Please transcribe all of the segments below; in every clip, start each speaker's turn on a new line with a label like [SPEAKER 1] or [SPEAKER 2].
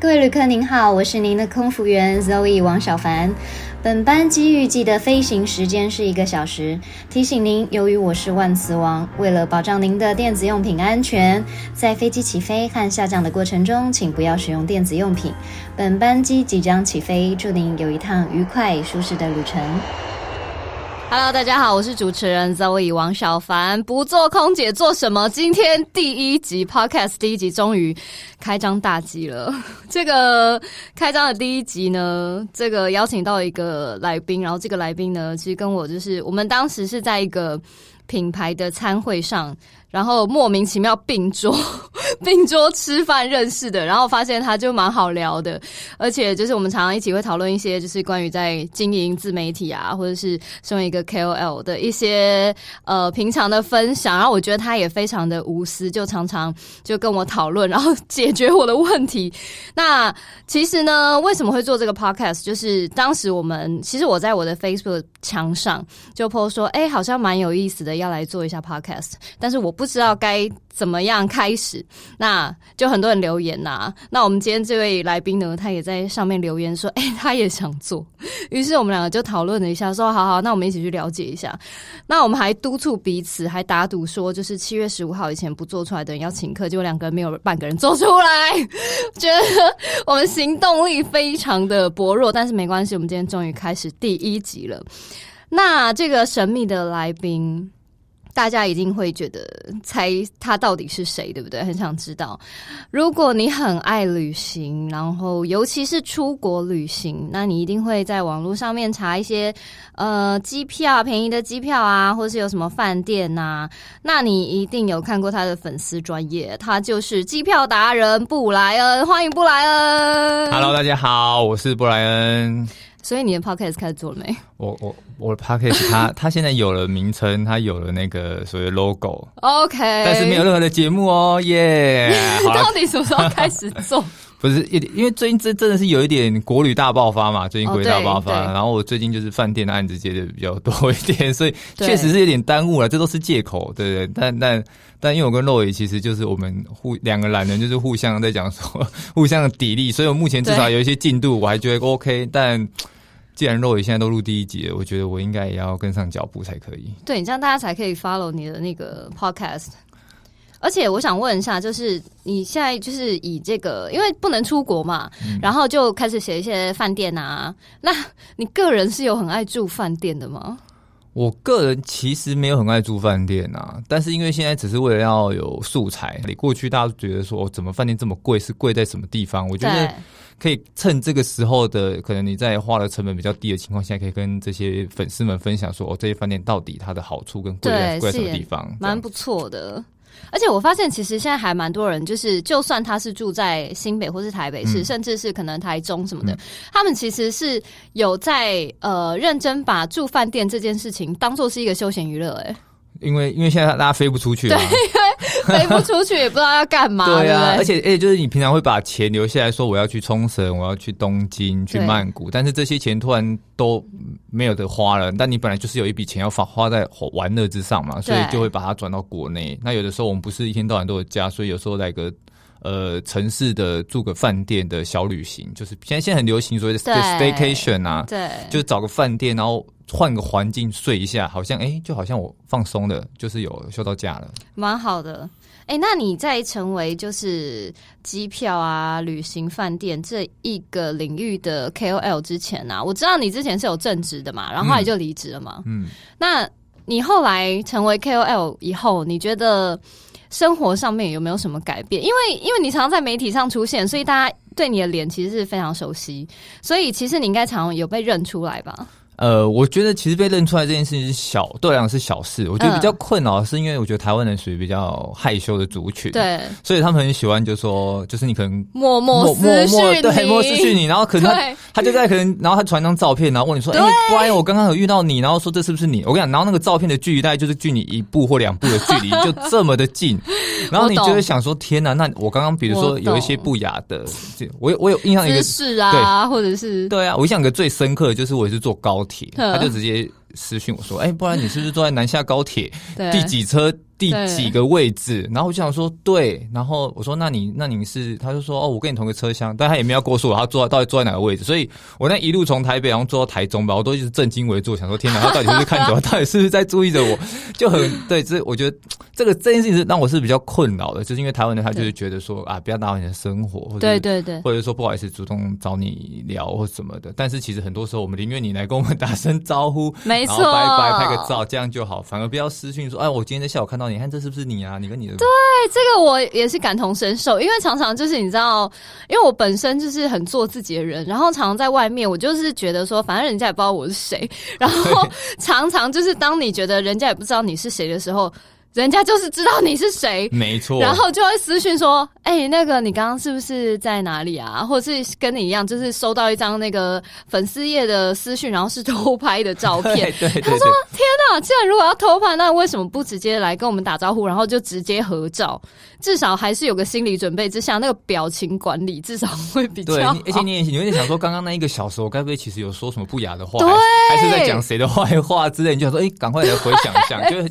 [SPEAKER 1] 各位旅客您好，我是您的空服员 Zoe 王小凡。本班机预计的飞行时间是一个小时。提醒您，由于我是万磁王，为了保障您的电子用品安全，在飞机起飞和下降的过程中，请不要使用电子用品。本班机即将起飞，祝您有一趟愉快舒适的旅程。Hello，大家好，我是主持人 Zoe 王小凡。不做空姐做什么？今天第一集 Podcast 第一集终于开张大吉了。 这个开张的第一集呢，这个邀请到一个来宾，然后这个来宾呢，其实跟我就是我们当时是在一个品牌的餐会上，然后莫名其妙并桌 并桌吃饭认识的，然后发现他就蛮好聊的，而且就是我们常常一起会讨论一些就是关于在经营自媒体啊，或者是身为一个 KOL 的一些呃平常的分享。然后我觉得他也非常的无私，就常常就跟我讨论，然后解决我的问题。那其实呢，为什么会做这个 podcast？就是当时我们其实我在我的 Facebook 墙上就 po 说，哎、好像蛮有意思的，要来做一下 podcast，但是我不知道该怎么样开始。那就很多人留言呐、那我们今天这位来宾呢，他也在上面留言说，哎、他也想做。于是我们两个就讨论了一下，说好好，那我们一起去了解一下。那我们还督促彼此，还打赌说，就是七月十五号以前不做出来的人要请客。结果两个人没有半个人做出来， 觉得我们行动力非常的薄弱。但是没关系，我们今天终于开始第一集了。那这个神秘的来宾。大家一定会觉得猜他到底是谁，对不对？很想知道。如果你很爱旅行，然后尤其是出国旅行，那你一定会在网络上面查一些呃机票便宜的机票啊，或是有什么饭店呐、那你一定有看过他的粉丝专业，他就是机票达人布莱恩，欢迎布莱 恩。
[SPEAKER 2] Hello，大家好，我是布莱恩。
[SPEAKER 1] 所以你的 podcast 开始做了没？
[SPEAKER 2] 我我我的 p a c k a g e 它它现在有了名称，它有了那个所谓的 logo，
[SPEAKER 1] 哦 OK，
[SPEAKER 2] 但是没有任何的节目哦， 耶、好啦
[SPEAKER 1] 到底什么时候 开始做？
[SPEAKER 2] 不是一点，因为最近这真的是有一点国旅大爆发嘛，最近国旅大爆发，
[SPEAKER 1] 哦对对
[SPEAKER 2] 然后我最近就是饭店的案子接的比较多一点，所以
[SPEAKER 1] 对
[SPEAKER 2] 确实是有点耽误了，这都是借口，对对但但但因为我跟肉爷其实就是我们互两个懒人就是互相在讲说 互相的砥砺，所以我目前至少
[SPEAKER 1] 对
[SPEAKER 2] 有一些进度，我还觉得哦 OK，但。既然肉爷现在都录第一集了，我觉得我应该也要跟上脚步才可以。
[SPEAKER 1] 对你这样大家才可以 follow 你的那个 podcast。而且我想问一下，就是你现在就是以这个，因为不能出国嘛，
[SPEAKER 2] 嗯
[SPEAKER 1] 然后就开始写一些饭店啊。那你个人是有很爱住饭店的吗？
[SPEAKER 2] 我个人其实没有很爱住饭店啊，但是因为现在只是为了要有素材，你过去大家都觉得说，哦，怎么饭店这么贵，是贵在什么地方？我觉
[SPEAKER 1] 对
[SPEAKER 2] 得可以趁这个时候的，可能你在花的成本比较低的情况下，可以跟这些粉丝们分享说，哦，这些饭店到底它的好处跟贵在
[SPEAKER 1] 对
[SPEAKER 2] 贵在什么
[SPEAKER 1] 是
[SPEAKER 2] 地方？
[SPEAKER 1] 蛮不错的。而且我发现，其实现在还蛮多人，就是就算他是住在新北或是台北市，
[SPEAKER 2] 嗯
[SPEAKER 1] 甚至是可能台中什么的，他们其实是有在呃认真把住饭店这件事情当做是一个休闲娱乐、欸，
[SPEAKER 2] 这样因为因为现在大家飞不出去嘛，啊
[SPEAKER 1] 飞不出去，也不知道要干嘛，
[SPEAKER 2] 对啊，
[SPEAKER 1] 不
[SPEAKER 2] 而且而且就是你平常会把钱留下来说我要去冲绳，我要去东京、去
[SPEAKER 1] 对
[SPEAKER 2] 曼谷，但是这些钱突然都没有得花了，但你本来就是有一笔钱要花花在玩乐之上嘛，所以
[SPEAKER 1] 对
[SPEAKER 2] 就会把它转到国内。那有的时候我们不是一天到晚都有家，所以有时候来个。呃，城市的住个饭店的小旅行，就是现在现在很流行所谓的
[SPEAKER 1] 对
[SPEAKER 2] staycation 啊，
[SPEAKER 1] 对，
[SPEAKER 2] 就找个饭店，然后换个环境睡一下，好像哎、就好像我放松了，就是有休到假了。
[SPEAKER 1] 蛮好的。哎、那你在成为就是机票啊、旅行、饭店这一个领域的 KOL 之前啊，我知道你之前是有正职的嘛，然后后来就离职了嘛。
[SPEAKER 2] 嗯，
[SPEAKER 1] 那你后来成为 KOL 以后，你觉得生活上面有没有什么改变？因为因为你常常在媒体上出现，所以大家对你的脸其实是非常熟悉，所以其实你应该常有被认出来吧？
[SPEAKER 2] 呃，我觉得其实被认出来这件事情是小，对我来讲是小事。我觉得
[SPEAKER 1] 嗯
[SPEAKER 2] 比较困扰的是因为我觉得台湾人属于比较害羞的族群，，
[SPEAKER 1] 对，
[SPEAKER 2] 所以他们很喜欢就说，就是你可能
[SPEAKER 1] 默默
[SPEAKER 2] 默
[SPEAKER 1] 私
[SPEAKER 2] 默
[SPEAKER 1] 讯
[SPEAKER 2] 对默私讯
[SPEAKER 1] 你，
[SPEAKER 2] 你，然后可能他
[SPEAKER 1] 对。
[SPEAKER 2] 他就在可能，然后他传张照片，然后问你说，哎、不然我刚刚有遇到你，然后说这是不是你？我跟你讲，然后那个照片的距离大概就是距你一步或两步的距离，就这么的近，然后你 就
[SPEAKER 1] 我
[SPEAKER 2] 会
[SPEAKER 1] 懂
[SPEAKER 2] 想说，天哪、那我刚刚比如
[SPEAKER 1] 我
[SPEAKER 2] 说
[SPEAKER 1] 懂
[SPEAKER 2] 有一些不雅的，就我有我有印象有一个
[SPEAKER 1] 姿势啊，或者是
[SPEAKER 2] 对啊，我印象有个最深刻的就是我也是坐高铁，
[SPEAKER 1] 嗯
[SPEAKER 2] 他就直接私讯我说：“哎、不然你是不是坐在南下高铁
[SPEAKER 1] 对
[SPEAKER 2] 第几车第
[SPEAKER 1] 对
[SPEAKER 2] 几个位置，然后我就想说对，然后我说那你那你是，他就说哦，我跟你同个车厢，但他也没有告诉我他坐到底坐在哪个位置，所以我那一路从台北然后坐到台中吧，我都一直震惊为坐，想说天哪，他到底是不是看着我，到底是不是在注意着我，就很对，这我觉得这个这件事情是让我是比较困扰的，就是因为台湾人他就是觉得说啊，不要打扰你的生活，或者
[SPEAKER 1] 对对对，
[SPEAKER 2] 或者说不好意思主动找你聊或什么的，但是其实很多时候我们宁愿你来跟我们 打声招呼，
[SPEAKER 1] 没错
[SPEAKER 2] 然后，拜拜拍个照，这样就好，反而不要私讯说，哎，我今天在下午看到你，看这是不是你啊？你跟你的对
[SPEAKER 1] 哎这个我也是感同身受，因为常常就是你知道，因为我本身就是很做自己的人，然后常常在外面，我就是觉得说，反正人家也不知道我是谁，然后 常常就是当你觉得人家也不知道你是谁的时候，人家就是知道你是谁。
[SPEAKER 2] 没 错，
[SPEAKER 1] 然后就会私讯说：“哎、那个你刚刚是不是在哪里啊？或者是跟你一样，就是收到一张那个粉丝页的私讯，然后是偷 拍的照
[SPEAKER 2] 对
[SPEAKER 1] 片。”
[SPEAKER 2] 对对对，
[SPEAKER 1] 那既然如果要偷拍，那为什么不直接来跟我们打招呼，然后就直接合照？至少还是有个心理准备之下，那个表情管理至少会比较
[SPEAKER 2] 对，
[SPEAKER 1] 好。
[SPEAKER 2] 你而且你也你有点想说，刚刚那一个小时，我该不会其实有说什么不雅的话，
[SPEAKER 1] 对
[SPEAKER 2] 还是还是在讲谁的坏话之类？你就想说，哎，赶快来回想一下，就会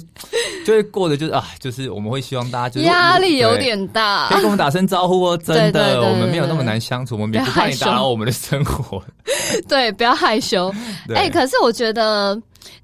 [SPEAKER 2] 就会过得就是啊，就是我们会希望大家 就是
[SPEAKER 1] 压力有
[SPEAKER 2] 对
[SPEAKER 1] 点大
[SPEAKER 2] 可以。跟我们打声招呼哦，真
[SPEAKER 1] 对对
[SPEAKER 2] 的，
[SPEAKER 1] 对
[SPEAKER 2] 我们没有那么难相处，我们也不怕你打扰我们的生活。
[SPEAKER 1] 对，不要害羞。
[SPEAKER 2] 对，
[SPEAKER 1] 哎、可是我觉得，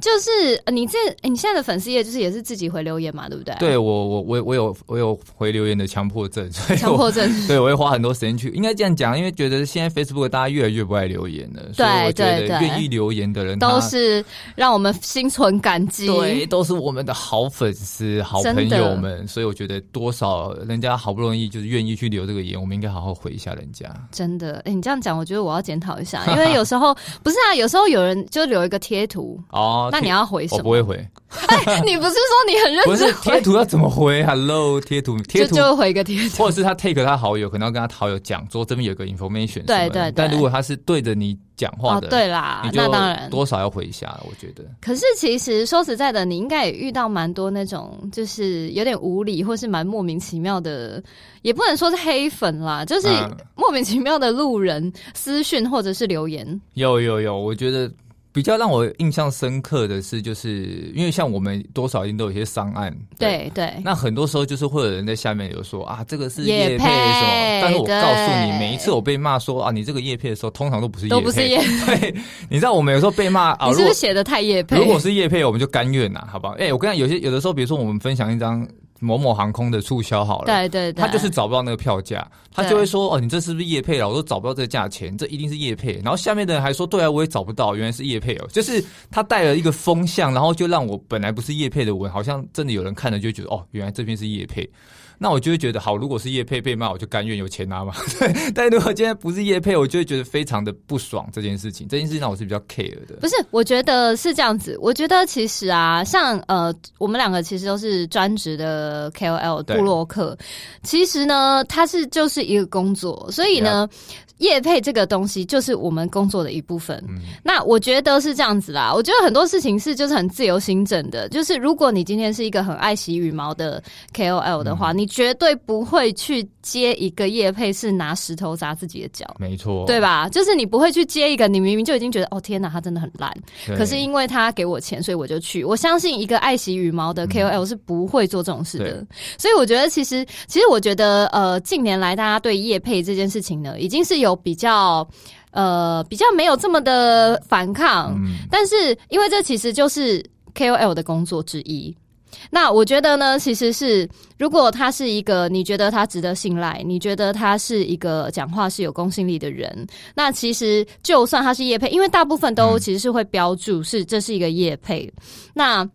[SPEAKER 1] 就是呃你这、哎你现在的粉丝页就是也是自己回留言嘛，对不对？，
[SPEAKER 2] 对我我我我有我有回留言的强迫症，所以
[SPEAKER 1] 强
[SPEAKER 2] 我
[SPEAKER 1] 迫 症。
[SPEAKER 2] 对我会花很多时间去，应该这样讲，因为觉得现在 Facebook 大家越来越不爱留言了，所以我觉得
[SPEAKER 1] 对对
[SPEAKER 2] 愿意留言的人
[SPEAKER 1] 都
[SPEAKER 2] 他
[SPEAKER 1] 是让我们心存感激。
[SPEAKER 2] 对，都是我们的好粉丝、好朋友们，所以我觉得多少人家好不容易就是愿意去留这个言，我们应该好好回一下人家。
[SPEAKER 1] 真的，哎、你这样讲，我觉得我要检讨一 下，因为有时候不是啊，有时候有人就留一个贴图，
[SPEAKER 2] 哦，
[SPEAKER 1] 那你要回什
[SPEAKER 2] 我
[SPEAKER 1] 么？
[SPEAKER 2] 不会回，
[SPEAKER 1] 你不是说你很认
[SPEAKER 2] 不是
[SPEAKER 1] 真
[SPEAKER 2] 贴
[SPEAKER 1] 回，
[SPEAKER 2] 图要怎么回？Hello，贴图贴
[SPEAKER 1] 就
[SPEAKER 2] 图
[SPEAKER 1] 就回一个贴图，
[SPEAKER 2] 或者是他 take 他好友，可能要跟他好友讲说这边有个 information，
[SPEAKER 1] 对
[SPEAKER 2] 什么的
[SPEAKER 1] 对对
[SPEAKER 2] 但如果他是对着你讲话
[SPEAKER 1] 哦，
[SPEAKER 2] 的，
[SPEAKER 1] 对啦
[SPEAKER 2] 你，就
[SPEAKER 1] 那当然。
[SPEAKER 2] 多少要回一下，我觉得。
[SPEAKER 1] 可是其实说实在的，你应该也遇到蛮多那种就是有点无理或是蛮莫名其妙的，也不能说是黑粉啦，就是
[SPEAKER 2] 嗯
[SPEAKER 1] 莫名其妙的路人私讯或者是留言。
[SPEAKER 2] 有有有，我觉得比较让我印象深刻的是，就是因为像我们多少一定都有一些商案，
[SPEAKER 1] 对对，
[SPEAKER 2] 那很多时候就是会有人在下面有说啊，这个是
[SPEAKER 1] 业
[SPEAKER 2] 叶配
[SPEAKER 1] 配
[SPEAKER 2] 什么，但是我
[SPEAKER 1] 对
[SPEAKER 2] 告诉你，每一次我被骂说啊，你这个叶配的时候，通常都不是叶配，
[SPEAKER 1] 都不是叶，
[SPEAKER 2] 对，你知道我们有时候被骂啊，
[SPEAKER 1] 你
[SPEAKER 2] 如
[SPEAKER 1] 是不
[SPEAKER 2] 果
[SPEAKER 1] 是写的太夜配？
[SPEAKER 2] 如果是叶配，我们就甘愿呐、好不好？哎、我跟你讲，有些有的时候，比如说我们分享一张某某航空的促销好了，
[SPEAKER 1] 对对对，
[SPEAKER 2] 他就是找不到那个票价，他就会说：“哦，你这是不是叶配了？我都找不到这个价钱，这一定是叶配。”然后下面的人还说：“对啊，我也找不到，原来是叶配哦。”就是他带了一个风向，然后就让我本来不是叶配的文，好像真的有人看了就觉得：“哦，原来这边是叶配。”那我就会觉得好，如果是叶配被骂，我就甘愿有钱拿嘛。 对，但如果今天不是叶配，我就会觉得非常的不爽这件事情。这件事情让我是比较 care 的。
[SPEAKER 1] 不是，我觉得是这样子。我觉得其实啊，像呃，我们两个其实都是专职的 KOL
[SPEAKER 2] 对
[SPEAKER 1] 布洛克。其实呢，它是就是一个工作，所以呢，业配这个东西就是我们工作的一部分。那我觉得是这样子啦。我觉得很多事情是就是很自由行政的，就是如果你今天是一个很爱惜羽毛的 KOL 的话，你绝对不会去接一个业配是拿石头砸自己的脚。
[SPEAKER 2] 没错，
[SPEAKER 1] 对吧？就是你不会去接一个，你明明就已经觉得哦天哪，他真的很烂，
[SPEAKER 2] 对？
[SPEAKER 1] 可是因为他给我钱，所以我就去。我相信一个爱惜羽毛的 KOL 是不会做这种事的，
[SPEAKER 2] 嗯对
[SPEAKER 1] 所以我觉得其实，其实我觉得呃，近年来大家对业配这件事情呢，已经是有比较呃比较没有这么的反抗，
[SPEAKER 2] 嗯，
[SPEAKER 1] 但是因为这其实就是 KOL 的工作之一。那我觉得呢，其实是如果他是一个你觉得他值得信赖，你觉得他是一个讲话是有公信力的人，那其实就算他是叶配，因为大部分都
[SPEAKER 2] 嗯
[SPEAKER 1] 其实是会标注是这是一个叶配，那。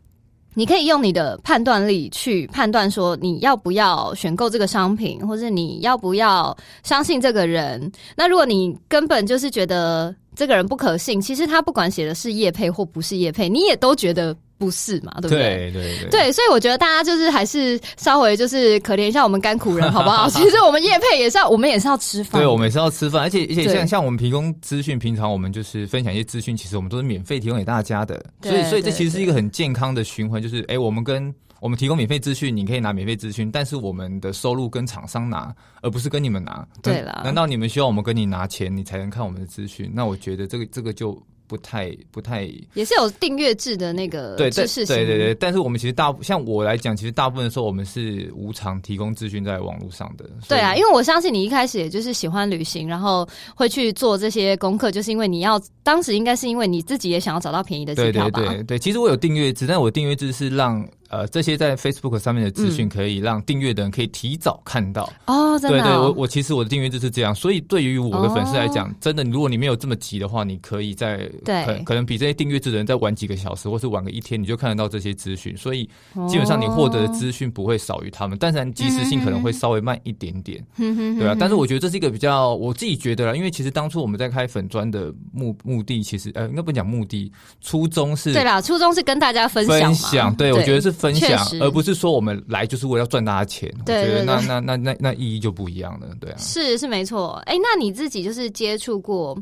[SPEAKER 1] 你可以用你的判断力去判断说你要不要选购这个商品，或是你要不要相信这个人。那如果你根本就是觉得这个人不可信，其实他不管写的是叶配或不是叶配，你也都觉得不是嘛，对不对？
[SPEAKER 2] 对对对，
[SPEAKER 1] 对，所以我觉得大家就是还是稍微就是可怜一下我们甘苦人，好不好？其实我们叶配也是要，我们也是要吃饭。
[SPEAKER 2] 对，我们是要吃饭，而且而且
[SPEAKER 1] 对
[SPEAKER 2] 像像我们提供资讯，平常我们就是分享一些资讯，其实我们都是免费提供给大家的，所以
[SPEAKER 1] 对
[SPEAKER 2] 所以这
[SPEAKER 1] 对
[SPEAKER 2] 其实是一个很健康的循环，就是哎、诶我们跟我们提供免费资讯，你可以拿免费资讯，但是我们的收入跟厂商拿，而不是跟你们拿。
[SPEAKER 1] 对
[SPEAKER 2] 难
[SPEAKER 1] 啦
[SPEAKER 2] 难道你们需要我们跟你拿钱，你才能看我们的资讯？那我觉得这个这个就不太不太
[SPEAKER 1] 也是有订阅制的那个
[SPEAKER 2] 对，
[SPEAKER 1] 呃知
[SPEAKER 2] 但
[SPEAKER 1] 识
[SPEAKER 2] 对
[SPEAKER 1] 型
[SPEAKER 2] 对对，但是我们其实大像我来讲，其实大部分的时候我们是无偿提供资讯在网络上的。所
[SPEAKER 1] 对
[SPEAKER 2] 以
[SPEAKER 1] 啊，因为我相信你一开始也就是喜欢旅行，然后会去做这些功课，就是因为你要当时应该是因为你自己也想要找到便宜的机
[SPEAKER 2] 对
[SPEAKER 1] 票
[SPEAKER 2] 对
[SPEAKER 1] 吧？
[SPEAKER 2] 对对，其实我有订阅制，但我订阅制是让呃这些在 Facebook 上面的资讯可以让订阅的人可以提早看到。
[SPEAKER 1] 哦，嗯真
[SPEAKER 2] 对
[SPEAKER 1] 的
[SPEAKER 2] 对，我
[SPEAKER 1] 哦、
[SPEAKER 2] 我其实我的订阅制是这样，所以对于我的粉丝来讲，真的，如果你没有这么急的话，你可以在
[SPEAKER 1] 对
[SPEAKER 2] 可可能比这些订阅制的人再晚几个小时，或是晚个一天，你就看得到这些资讯。所以基本上你获得的资讯不会少于他们，但是及时性可
[SPEAKER 1] 嗯
[SPEAKER 2] 能会稍微慢一点点。对啊，但是我觉得这是一个比较我自己觉得啦，因为其实当初我们在开粉砖的目目的，其实呃应该不讲目的，初衷是
[SPEAKER 1] 对啦，初衷是跟大家分享嘛，
[SPEAKER 2] 分享，对我觉得是分享
[SPEAKER 1] 确，实
[SPEAKER 2] 而不是说我们来就是为了赚大家钱。我
[SPEAKER 1] 对
[SPEAKER 2] 觉得
[SPEAKER 1] 对
[SPEAKER 2] 那
[SPEAKER 1] 对
[SPEAKER 2] 那那那那意义就不一样了，对啊。
[SPEAKER 1] 是是没错。哎、那你自己就是接触过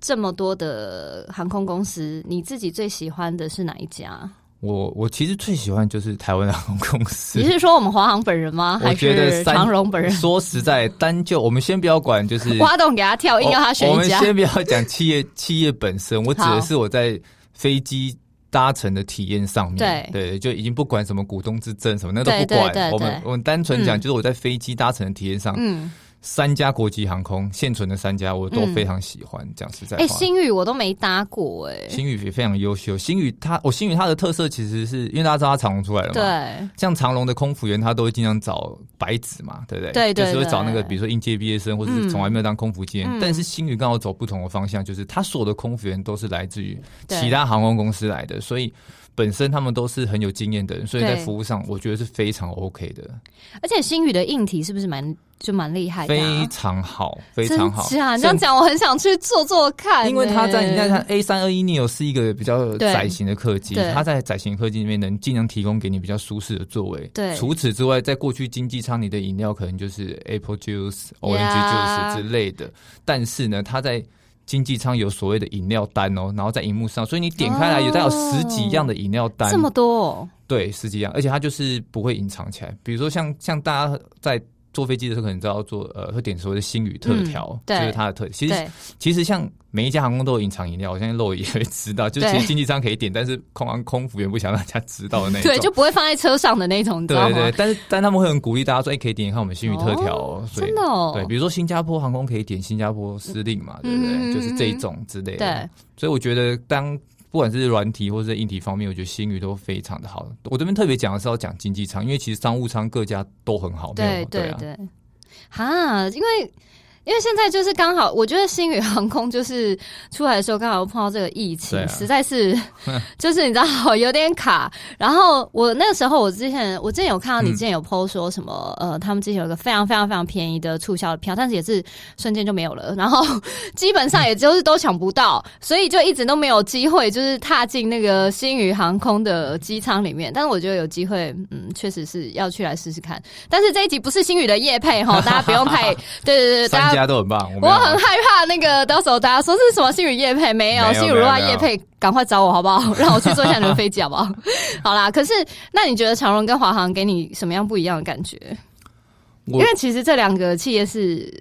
[SPEAKER 1] 这么多的航空公司，你自己最喜欢的是哪一家？
[SPEAKER 2] 我我其实最喜欢就是台湾的航空公司
[SPEAKER 1] 你。是说我们华航本人吗？
[SPEAKER 2] 我
[SPEAKER 1] 还
[SPEAKER 2] 觉得
[SPEAKER 1] 是
[SPEAKER 2] 三
[SPEAKER 1] 长荣本人？
[SPEAKER 2] 说实在，单就我们先不要管，就是
[SPEAKER 1] 挖洞给他跳，硬要哦他选
[SPEAKER 2] 哦我我
[SPEAKER 1] 一
[SPEAKER 2] 们
[SPEAKER 1] 家。
[SPEAKER 2] 先不要讲企业企业本身，我指
[SPEAKER 1] 好
[SPEAKER 2] 的是我在飞机搭乘的体验上面。
[SPEAKER 1] 对
[SPEAKER 2] 对，就已经不管什么股东之争什么，那都不
[SPEAKER 1] 对对
[SPEAKER 2] 管。
[SPEAKER 1] 对
[SPEAKER 2] 我们
[SPEAKER 1] 对
[SPEAKER 2] 我们单纯讲，
[SPEAKER 1] 嗯
[SPEAKER 2] 就是我在飞机搭乘的体验上，
[SPEAKER 1] 嗯，
[SPEAKER 2] 三家国际航空现存的三家，我都
[SPEAKER 1] 嗯
[SPEAKER 2] 非常喜欢。讲实在
[SPEAKER 1] 哎、
[SPEAKER 2] 话，
[SPEAKER 1] 星宇我都没搭过哎、
[SPEAKER 2] 星宇也非常优秀。星宇它，我、星宇它的特色其实是因为大家知道它长龙出来了嘛，
[SPEAKER 1] 对，
[SPEAKER 2] 像长隆的空服员，他都会经常找白纸嘛，对不对？
[SPEAKER 1] 对对
[SPEAKER 2] 就是会找那个
[SPEAKER 1] 对嗯
[SPEAKER 2] 比如说应届毕业生，或者是从来没有当空服经验。但是星宇刚好走不同的方向，就是他所有的空服员都是来自于
[SPEAKER 1] 对
[SPEAKER 2] 其他航空公司来的，所以本身他们都是很有经验的人，所以在
[SPEAKER 1] 对
[SPEAKER 2] 服务上我觉得是非常 OK 的，
[SPEAKER 1] 而且星宇的硬体是不是蛮就蛮厉害的、
[SPEAKER 2] 非
[SPEAKER 1] 啊？
[SPEAKER 2] 常好，非常好。
[SPEAKER 1] 真假你这样
[SPEAKER 2] 甚
[SPEAKER 1] 讲，我很想去做做看、
[SPEAKER 2] 因为他在
[SPEAKER 1] 哎
[SPEAKER 2] 你看 A 三二一 neo 是一个比较
[SPEAKER 1] 对
[SPEAKER 2] 窄型的客机
[SPEAKER 1] 对，
[SPEAKER 2] 它在窄型客机里面能尽量提供给你比较舒适的座位。
[SPEAKER 1] 对
[SPEAKER 2] 除此之外，在过去经济舱你的饮料可能就是 apple juice、orange
[SPEAKER 1] Yeah
[SPEAKER 2] juice 之类的，但是呢，它在经济舱有所谓的饮料单哦，然后在荧幕上，所以你点开来
[SPEAKER 1] 哦
[SPEAKER 2] 有大概有十几样的饮料单，
[SPEAKER 1] 这么多、哦，
[SPEAKER 2] 对，十几样，而且它就是不会隐藏起来。比如说像像大家在坐飞机的时候，可能知道做呃会点所谓的星宇特调
[SPEAKER 1] 嗯，对
[SPEAKER 2] 就是它的特，其实
[SPEAKER 1] 对，
[SPEAKER 2] 其实像每一家航空都有隐藏饮料，我相信露也会知道，就是
[SPEAKER 1] 对
[SPEAKER 2] 其实经济舱可以点，但是空航空服员不想让大家知道的那一种。
[SPEAKER 1] 对，就不会放在车上的那种，你知道
[SPEAKER 2] 对
[SPEAKER 1] 吗？
[SPEAKER 2] 对，但是但他们会很鼓励大家说，哎、可以点点看我们新宇特调、哦，所以
[SPEAKER 1] 真的哦，
[SPEAKER 2] 对，比如说新加坡航空可以点新加坡司令嘛，对不对？
[SPEAKER 1] 嗯嗯嗯
[SPEAKER 2] 就是这一种之类的。
[SPEAKER 1] 对，
[SPEAKER 2] 所以我觉得当不管是软体或者是硬体方面，我觉得新宇都非常的好。我这边特别讲的是要讲经济舱，因为其实商务舱各家都很好，没有
[SPEAKER 1] 对
[SPEAKER 2] 对
[SPEAKER 1] 对
[SPEAKER 2] 啊。
[SPEAKER 1] 对，哈，因为因为现在就是刚好，我觉得星宇航空就是出来的时候刚好碰到这个疫情，
[SPEAKER 2] 对啊
[SPEAKER 1] 实在 是就是你知道有点卡。然后我那个时候，我之前我之前有看到你
[SPEAKER 2] 嗯
[SPEAKER 1] 之前有 PO 说什么、呃，他们之前有一个非常非常非常便宜的促销的票，但是也是瞬间就没有了， 然后基本上也就是都抢不到，所以就一直都没有机会就是踏进那个星宇航空的机舱里面。但是我觉得有机会，嗯，确实是要去来试试看。但是这一集不是星宇的夜配哈，大家不用太对对对，大
[SPEAKER 2] 三
[SPEAKER 1] 家
[SPEAKER 2] 家都很棒，我啊
[SPEAKER 1] 我
[SPEAKER 2] 们
[SPEAKER 1] 很害怕那个到时候大家说是什么星宇夜配，没有
[SPEAKER 2] 没有
[SPEAKER 1] 星宇如果
[SPEAKER 2] 没有
[SPEAKER 1] 夜配，赶快找我好不好？ 让我去坐一下你的飞机好不 好？好啦，可是那你觉得长荣跟华航给你什么样不一样的感觉？因
[SPEAKER 2] 我
[SPEAKER 1] 为其实这两个企业是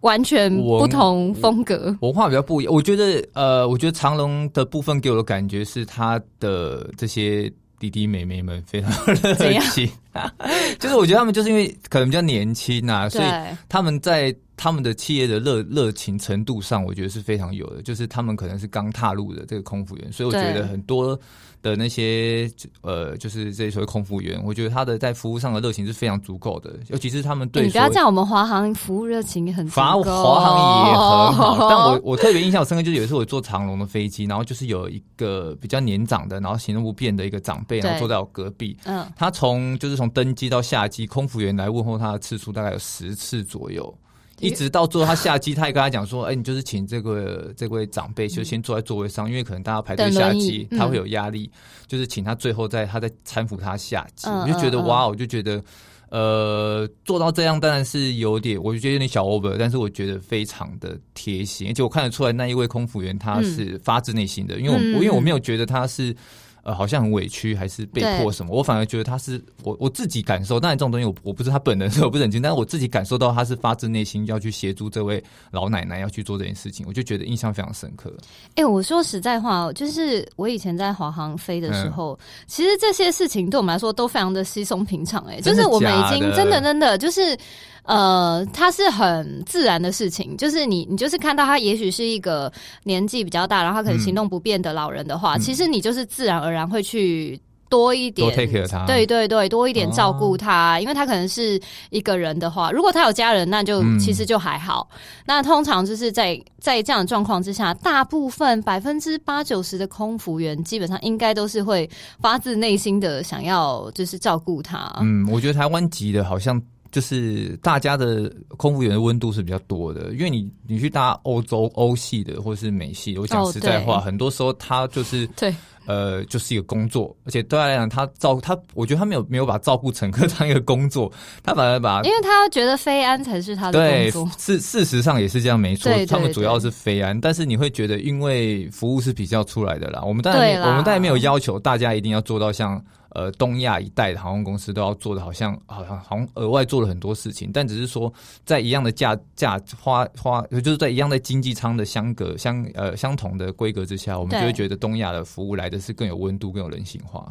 [SPEAKER 1] 完全
[SPEAKER 2] 我
[SPEAKER 1] 不同风格。
[SPEAKER 2] 文化比较不一样。我觉得，呃，我觉得长隆的部分给我的感觉是他的这些弟弟妹妹们非常
[SPEAKER 1] 怎
[SPEAKER 2] 热
[SPEAKER 1] 样
[SPEAKER 2] 情， 就是我觉得他们就是因为可能比较年轻啊，所以
[SPEAKER 1] 对
[SPEAKER 2] 他们在他们的企业的热热情程度上，我觉得是非常有的。就是他们可能是刚踏入的这个空服员，所以我觉
[SPEAKER 1] 对
[SPEAKER 2] 得很多的那些呃，就是这些所谓空服员，我觉得他的在服务上的热情是非常足够的，尤其是他们对
[SPEAKER 1] 你不要
[SPEAKER 2] 所谓
[SPEAKER 1] 这样，我们华航服务热情也很足
[SPEAKER 2] 华
[SPEAKER 1] 够
[SPEAKER 2] 华航也 很好，但我我特别印象深刻，就是有一次我坐长龙的飞机，然后就是有一个比较年长的，然后行动不便的一个长辈，然后
[SPEAKER 1] 对
[SPEAKER 2] 坐在我隔壁。
[SPEAKER 1] 嗯，
[SPEAKER 2] 他从就是从登机到下机，空服员来问候他的次数大概有十次左右，一直到最后他下机，他也跟他讲说：“哎、你就是请这个这位长辈就先坐在座位上，因为可能大家排队
[SPEAKER 1] 等
[SPEAKER 2] 下
[SPEAKER 1] 轮椅
[SPEAKER 2] 机，
[SPEAKER 1] 嗯
[SPEAKER 2] 他会有压力，就是请他最后在他在搀扶他下机。
[SPEAKER 1] 嗯
[SPEAKER 2] 我就觉得
[SPEAKER 1] 嗯嗯
[SPEAKER 2] 哇，我就觉得。呃，做到这样当然是有点，我就觉得有点小 over，但是我觉得非常的贴心，而且我看得出来那一位空服员他是发自内心的，因为我、
[SPEAKER 1] 嗯
[SPEAKER 2] 因为我没有觉得他是呃好像很委屈还是被迫什么，我反而觉得他是我我自己感受，当然这种东西我我不是他本人， 所以我不冷静，但是我自己感受到他是发自内心要去协助这位老奶奶要去做这件事情，我就觉得印象非常深刻。
[SPEAKER 1] 哎、我说实在话哦，就是我以前在华航飞的
[SPEAKER 2] 嗯
[SPEAKER 1] 时候，其实这些事情对我们来说都非常的稀松平常、哎，就
[SPEAKER 2] 真的
[SPEAKER 1] 是我们已
[SPEAKER 2] 假
[SPEAKER 1] 经
[SPEAKER 2] 的
[SPEAKER 1] 真的真的就是。呃，它是很自然的事情，就是你，你就是看到他，也许是一个年纪比较大，然后他可
[SPEAKER 2] 嗯
[SPEAKER 1] 能行动不便的老人的话，其实你就是自然而然会去多一点
[SPEAKER 2] 多 take care 他，
[SPEAKER 1] 对对对，多一点照
[SPEAKER 2] 哦
[SPEAKER 1] 顾他，因为他可能是一个人的话，如果他有家人，那就、
[SPEAKER 2] 嗯
[SPEAKER 1] 其实就还好。那通常就是在在这样的状况之下，大部分百分之八九十的空服员基本上应该都是会发自内心的想要就是照顾他。
[SPEAKER 2] 嗯，我觉得台湾籍的好像就是大家的空服员的温度是比较多的，因为你你去搭欧洲欧系的或是美系的，我讲
[SPEAKER 1] 哦
[SPEAKER 2] 实在话，
[SPEAKER 1] 对
[SPEAKER 2] 很多时候他就是
[SPEAKER 1] 对，
[SPEAKER 2] 呃就是一个工作，而且对他来讲，他照他，我觉得他没有没有把照顾乘客当一个工作，他反而把
[SPEAKER 1] 因为他觉得飞安才是他的
[SPEAKER 2] 对
[SPEAKER 1] 工作。
[SPEAKER 2] 事事实上也是这样，没错
[SPEAKER 1] 对对，
[SPEAKER 2] 他们主要
[SPEAKER 1] 对
[SPEAKER 2] 是飞安，但是你会觉得因为服务是比较出来的啦，我们当然
[SPEAKER 1] 对
[SPEAKER 2] 没有
[SPEAKER 1] 啦
[SPEAKER 2] 我们当然没有要求大家一定要做到像。呃，东亚一带的航空公司都要做的，好像好像好像额外做了很多事情，但只是说在一样的价价花花，就是在一样的经济舱的相隔相呃相同的规格之下，我们
[SPEAKER 1] 对
[SPEAKER 2] 就会觉得东亚的服务来的是更有温度、更有人性化。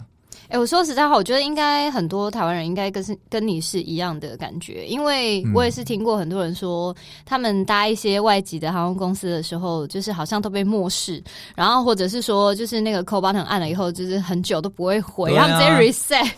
[SPEAKER 1] 哎、我说实在话，我觉得应该很多台湾人应该跟是跟你是一样的感觉，因为
[SPEAKER 2] 嗯
[SPEAKER 1] 我也是听过很多人说，他们搭一些外籍的航空公司的时候，就是好像都被漠视，然后或者是说，就是那个 call button 按了以后，就是很久都不会回，
[SPEAKER 2] 对啊
[SPEAKER 1] 他们直接 reset，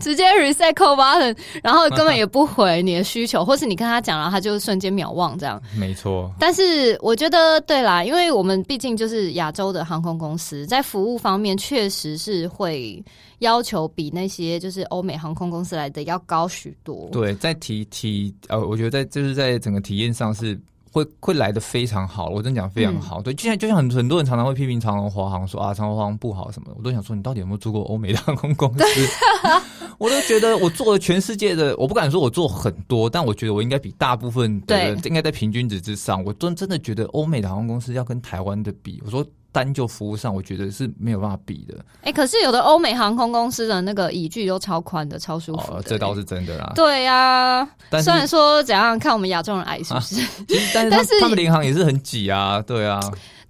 [SPEAKER 1] 直 接 reset call button，然后 根本也不回你的需求，或是你跟他讲，然后他就瞬间秒忘这样。
[SPEAKER 2] 没错，
[SPEAKER 1] 但是我觉得对啦，因为我们毕竟就是亚洲的航空公司，在服务方面确实是会要求比那些就是欧美航空公司来的要高许多。
[SPEAKER 2] 对，在体体呃，我觉得在就是在整个体验上是会会来的非常好，我真的讲非
[SPEAKER 1] 嗯
[SPEAKER 2] 常好。对，就像就像很很多人常常会批评长荣华航说啊，长荣华航不好什么的，我都想说你到底有没有做过欧美的航空公司？
[SPEAKER 1] 啊
[SPEAKER 2] 我都觉得我做了全世界的，我不敢说我做很多，但我觉得我应该比大部分的人应该在平均值之上。我真真的觉得欧美的航空公司要跟台湾的比，我说。单就服务上，我觉得是没有办法比的。
[SPEAKER 1] 哎、可是有的欧美航空公司的那个椅具都超宽的，超舒服的、
[SPEAKER 2] 哦，这倒是真的啦。
[SPEAKER 1] 对呀、
[SPEAKER 2] 但是
[SPEAKER 1] 虽然说怎样看我们亚洲人矮是不 是？
[SPEAKER 2] 其实，但
[SPEAKER 1] 但
[SPEAKER 2] 是他
[SPEAKER 1] 是
[SPEAKER 2] 他们联航也是很挤啊，对啊。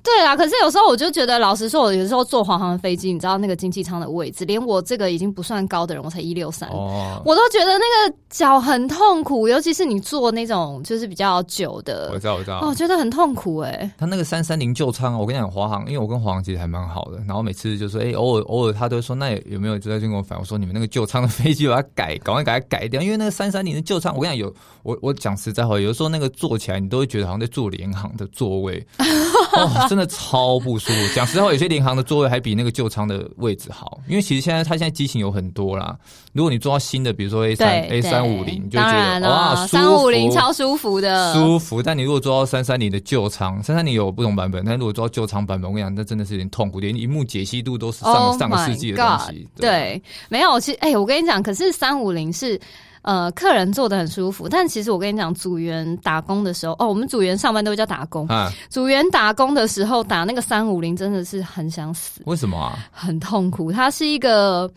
[SPEAKER 1] 对啦，可是有时候我就觉得，老实说，我有时候坐华航的飞机，你知道那个经济舱的位置，连我这个已经不算高的人，我才一六三，
[SPEAKER 2] 哦，
[SPEAKER 1] 我都觉得那个脚很痛苦，尤其是你坐那种就是比较久的
[SPEAKER 2] 我，知道，我知道。
[SPEAKER 1] 哦，我觉得很痛苦哎、
[SPEAKER 2] 他那个三三零旧仓，我跟你讲，华航，因为我跟华航其实还蛮好的，然后每次就说，哎、偶尔偶尔他都会说，那有没有就在跟我反映，我说你们那个旧仓的飞机把它改，赶快给它改掉，因为那个三三零的旧仓，我跟你讲，有我我讲实在话，有时候那个坐起来，你都会觉得好像在坐联航的座位， 哦，真的超不舒服。讲实在话，有些联航的座位还比那个旧仓的位置好，因为其实现在它现在机型有很多啦，如果你坐到新的，比如说 A 三 A
[SPEAKER 1] 对，
[SPEAKER 2] 三五零，你就觉
[SPEAKER 1] 当然
[SPEAKER 2] 得哇，
[SPEAKER 1] 了，
[SPEAKER 2] 舒
[SPEAKER 1] 三五零
[SPEAKER 2] 服
[SPEAKER 1] 超舒服的，
[SPEAKER 2] 舒服。但你如果做到三三零的旧舱，三三零有不同版本，但如果做到旧舱版本，我跟你讲，那真的是有点痛苦，连荧幕解析度都是上、
[SPEAKER 1] Oh
[SPEAKER 2] 上个
[SPEAKER 1] my
[SPEAKER 2] 世纪的
[SPEAKER 1] God，
[SPEAKER 2] 东西。
[SPEAKER 1] 对，没有，其实哎、我跟你讲，可是三五零是。呃，客人坐的很舒服，但其实我跟你讲，组员打工的时候，哦，我们组员上班都会叫打工。
[SPEAKER 2] 啊，
[SPEAKER 1] 组员打工的时候打那个三五零，真的是很想死。
[SPEAKER 2] 为什么啊？
[SPEAKER 1] 很痛苦。它是一个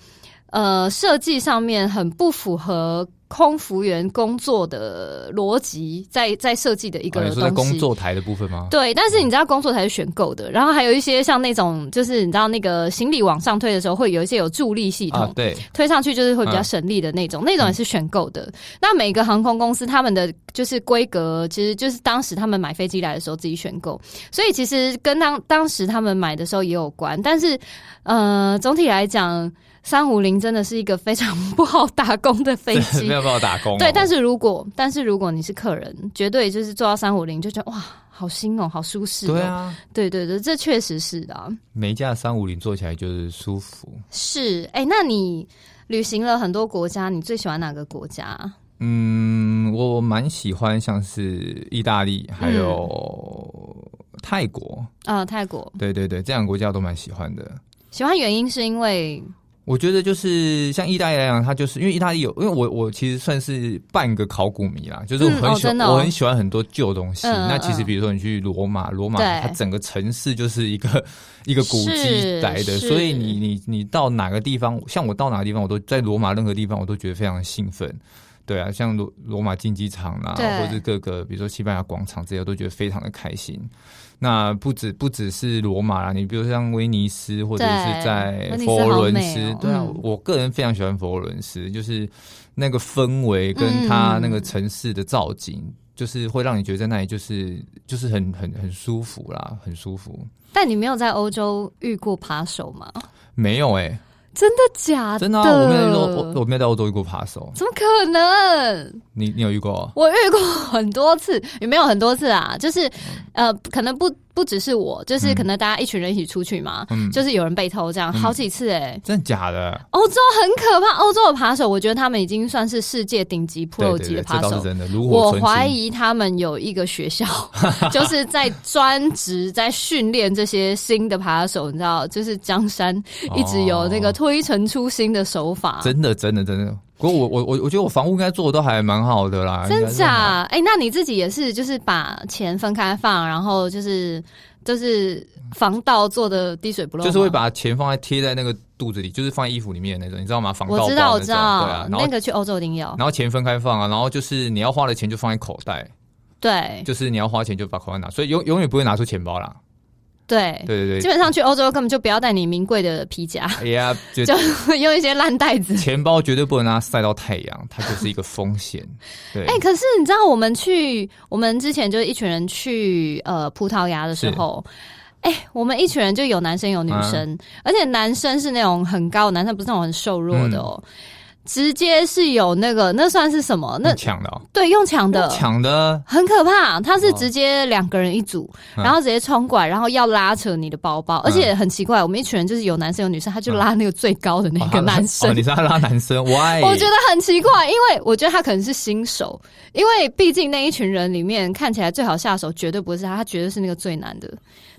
[SPEAKER 1] 呃设计上面很不符合空服员工作的逻辑，在在设计的一个
[SPEAKER 2] 哦你
[SPEAKER 1] 东西。
[SPEAKER 2] 说在工作台的部分吗？
[SPEAKER 1] 对，但是你知道工作才是选购的，然后还有一些像那种，就是你知道那个行李往上推的时候，会有一些有助力系统，
[SPEAKER 2] 啊，对，
[SPEAKER 1] 推上去就是会
[SPEAKER 2] 嗯
[SPEAKER 1] 比较省力的那种，那种也是选购的。那每个航空公司他们的就是规格，其实就是当时他们买飞机来的时候自己选购，所以其实跟当当时他们买的时候也有关。但是呃，总体来讲，三五零真的是一个非常不好打工的飞机
[SPEAKER 2] 没。有办法打工哦、
[SPEAKER 1] 对，但是如果但是如果你是客人，绝对就是坐到三五零就觉得哇，好新哦，好舒适、哦。
[SPEAKER 2] 对，啊，
[SPEAKER 1] 对对对，这确实是的啊、
[SPEAKER 2] 每一架三五零坐起来就是舒服。
[SPEAKER 1] 是哎、那你旅行了很多国家，你最喜欢哪个国家？
[SPEAKER 2] 嗯，我蛮喜欢像是意大利还有
[SPEAKER 1] 嗯
[SPEAKER 2] 泰国，
[SPEAKER 1] 啊、泰国
[SPEAKER 2] 对对对，这两个国家我都蛮喜欢的。
[SPEAKER 1] 喜欢原因是因为
[SPEAKER 2] 我觉得就是像意大利来讲，它就是因为意大利有，因为我我其实算是半个考古迷啦，就是我
[SPEAKER 1] 嗯哦
[SPEAKER 2] 很喜欢、
[SPEAKER 1] 真的哦
[SPEAKER 2] 我很喜欢很多旧东西。
[SPEAKER 1] 嗯嗯
[SPEAKER 2] 那其实比如说你去罗马，罗马
[SPEAKER 1] 对
[SPEAKER 2] 它整个城市就是一个 一个古迹
[SPEAKER 1] 是
[SPEAKER 2] 来的，
[SPEAKER 1] 是
[SPEAKER 2] 所以你你你到哪个地方，像我到哪个地方，我都在罗马任何地方我都觉得非常兴奋。对啊，像罗罗马竞技场啦、
[SPEAKER 1] 对
[SPEAKER 2] 或者是各个比如说西班牙广场这些，我都觉得非常的开心。那不止不只是罗马啦，你比如像威尼斯或者
[SPEAKER 1] 对
[SPEAKER 2] 是在
[SPEAKER 1] 威尼斯
[SPEAKER 2] 佛
[SPEAKER 1] 好
[SPEAKER 2] 罗伦
[SPEAKER 1] 美
[SPEAKER 2] 斯，
[SPEAKER 1] 哦
[SPEAKER 2] 对啊，
[SPEAKER 1] 嗯
[SPEAKER 2] 我个人非常喜欢佛罗伦斯，就是那个氛围
[SPEAKER 1] 嗯
[SPEAKER 2] 跟它那个城市的造景，就是会让你觉得在那里就是就是很很很舒服啦，很舒服。
[SPEAKER 1] 但你没有在欧洲遇过扒手吗？
[SPEAKER 2] 没有哎、
[SPEAKER 1] 真的假
[SPEAKER 2] 真的啊、我没有在欧我我没有在欧洲遇过扒手，
[SPEAKER 1] 怎么可能？
[SPEAKER 2] 你你有遇过哦？
[SPEAKER 1] 我遇过很多次，也没有很多次啊，就是呃，可能不不只是我，就是
[SPEAKER 2] 嗯
[SPEAKER 1] 可能大家一群人一起出去嘛，
[SPEAKER 2] 嗯
[SPEAKER 1] 就是有人被偷这样，好几次哎、
[SPEAKER 2] 真的假的？
[SPEAKER 1] 欧洲很可怕，欧洲的扒手，我觉得他们已经算是世界顶级 pro
[SPEAKER 2] 对
[SPEAKER 1] 级
[SPEAKER 2] 对
[SPEAKER 1] 的
[SPEAKER 2] 对，
[SPEAKER 1] 扒
[SPEAKER 2] 这
[SPEAKER 1] 手。
[SPEAKER 2] 倒是真的。如
[SPEAKER 1] 我
[SPEAKER 2] 火纯
[SPEAKER 1] 怀
[SPEAKER 2] 青。
[SPEAKER 1] 疑他们有一个学 校，就是在专职在训练这些新的扒手，你知道，就是江山一直有那个
[SPEAKER 2] 哦
[SPEAKER 1] 推陈出新的手法。
[SPEAKER 2] 真的，真的，真的。不过我我我我觉得我房屋应该做的都还蛮好的啦，应
[SPEAKER 1] 真
[SPEAKER 2] 该是还好？
[SPEAKER 1] 假？哎、那你自己也是，就是把钱分开放，然后就是就是防盗做的滴水不漏吗，
[SPEAKER 2] 就是会把钱放在贴在那个肚子里，就是放在衣服里面的那种，你知道吗？防盗
[SPEAKER 1] 我
[SPEAKER 2] 包
[SPEAKER 1] 知
[SPEAKER 2] 那
[SPEAKER 1] 道，
[SPEAKER 2] 种
[SPEAKER 1] 我知道，
[SPEAKER 2] 对啊，然后
[SPEAKER 1] 那个去欧洲一定要
[SPEAKER 2] 然后钱分开放啊，然后就是你要花的钱就放在口袋，
[SPEAKER 1] 对
[SPEAKER 2] 就是你要花钱就把口袋拿，所以永永远不会拿出钱包啦。
[SPEAKER 1] 对。
[SPEAKER 2] 对对
[SPEAKER 1] 基
[SPEAKER 2] 对，
[SPEAKER 1] 本上去欧洲根本哎就不要带你名贵的皮夹，
[SPEAKER 2] 哎呀，就
[SPEAKER 1] 就用一些烂袋子。
[SPEAKER 2] 钱包绝对不能让它晒到太阳，它就是一个风险。对，
[SPEAKER 1] 哎、可是你知道我们去，我们之前就是一群人去呃葡萄牙的时候，哎、我们一群人就有男生有女
[SPEAKER 2] 嗯
[SPEAKER 1] 生，而且男生是那种很高的男生，不是那种很瘦弱的
[SPEAKER 2] 嗯
[SPEAKER 1] 哦。直接是有那个，那算是什么？那呃
[SPEAKER 2] 用抢的哦，
[SPEAKER 1] 对用抢的，
[SPEAKER 2] 抢的，
[SPEAKER 1] 很可怕。他是
[SPEAKER 2] 哇
[SPEAKER 1] 直接两个人一组，
[SPEAKER 2] 嗯
[SPEAKER 1] 然后直接冲过来，然后要拉扯你的包包，而且很奇怪，我们一群人就是有男生有女生，他就拉那个最高的那个
[SPEAKER 2] 嗯哦
[SPEAKER 1] 男生
[SPEAKER 2] 哦，。你是要拉男生？Why？
[SPEAKER 1] 我觉得很奇怪，因为我觉得他可能是新手，因为毕竟那一群人里面看起来最好下手绝对不是他，他绝对是那个最难的。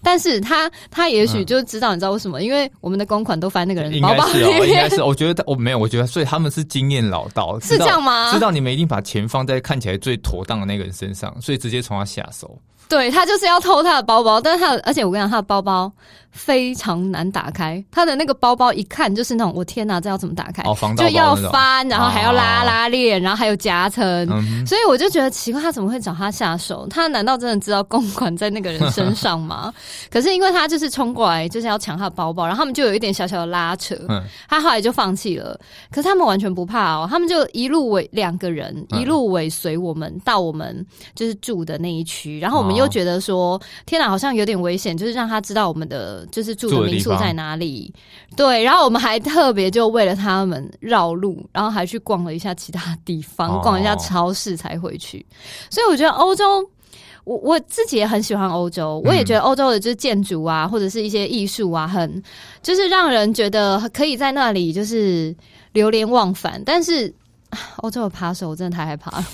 [SPEAKER 1] 但是他他也许就知道，你知道为什么？因为我们的公款都翻那个人的
[SPEAKER 2] 应
[SPEAKER 1] 包
[SPEAKER 2] 该
[SPEAKER 1] 包
[SPEAKER 2] 是
[SPEAKER 1] 里
[SPEAKER 2] 哦，应
[SPEAKER 1] 面
[SPEAKER 2] 该，是。我觉得他我没有，我觉得所以他们是经验老道，
[SPEAKER 1] 是
[SPEAKER 2] 知道
[SPEAKER 1] 这样吗
[SPEAKER 2] 知道你们一定把钱放在看起来最妥当的那个人身上，所以直接从他下手。
[SPEAKER 1] 对他就是要偷他的包包，但是他的而且我跟你讲，他的包包非常难打开，他的那个包包一看就是那种，我天哪，这要怎么打开？
[SPEAKER 2] 哦，防盗
[SPEAKER 1] 哎就
[SPEAKER 2] 包
[SPEAKER 1] 要
[SPEAKER 2] 那种
[SPEAKER 1] 翻，然后还要拉
[SPEAKER 2] 哦
[SPEAKER 1] 拉链，然后还有夹层，
[SPEAKER 2] 嗯
[SPEAKER 1] 所以我就觉得奇怪，他怎么会找他下手？他难道真的知道公款在那个人身上 吗？可是因为他就是冲过来，就是要抢他的包包，然后他们就有一点小小的拉扯，
[SPEAKER 2] 嗯，
[SPEAKER 1] 他后来就放弃了。可是他们完全不怕哦，他们就一路尾两个人
[SPEAKER 2] 嗯
[SPEAKER 1] 一路尾随我们到我们就是住的那一区，然后我们
[SPEAKER 2] 哦
[SPEAKER 1] 又觉得说，天哪，好像有点危险，就是让他知道我们的就是住的
[SPEAKER 2] 住的地
[SPEAKER 1] 民宿
[SPEAKER 2] 方
[SPEAKER 1] 在哪里。对，然后我们还特别就为了他们绕路，然后还去逛了一下其他地方，
[SPEAKER 2] 哦
[SPEAKER 1] 逛一下超市才回去。所以我觉得欧洲。我我自己也很喜欢欧洲，我也觉得欧洲的就是建筑啊，或者是一些艺术啊，很就是让人觉得可以在那里就是流连忘返。但是啊欧洲的扒手我真的太害怕了，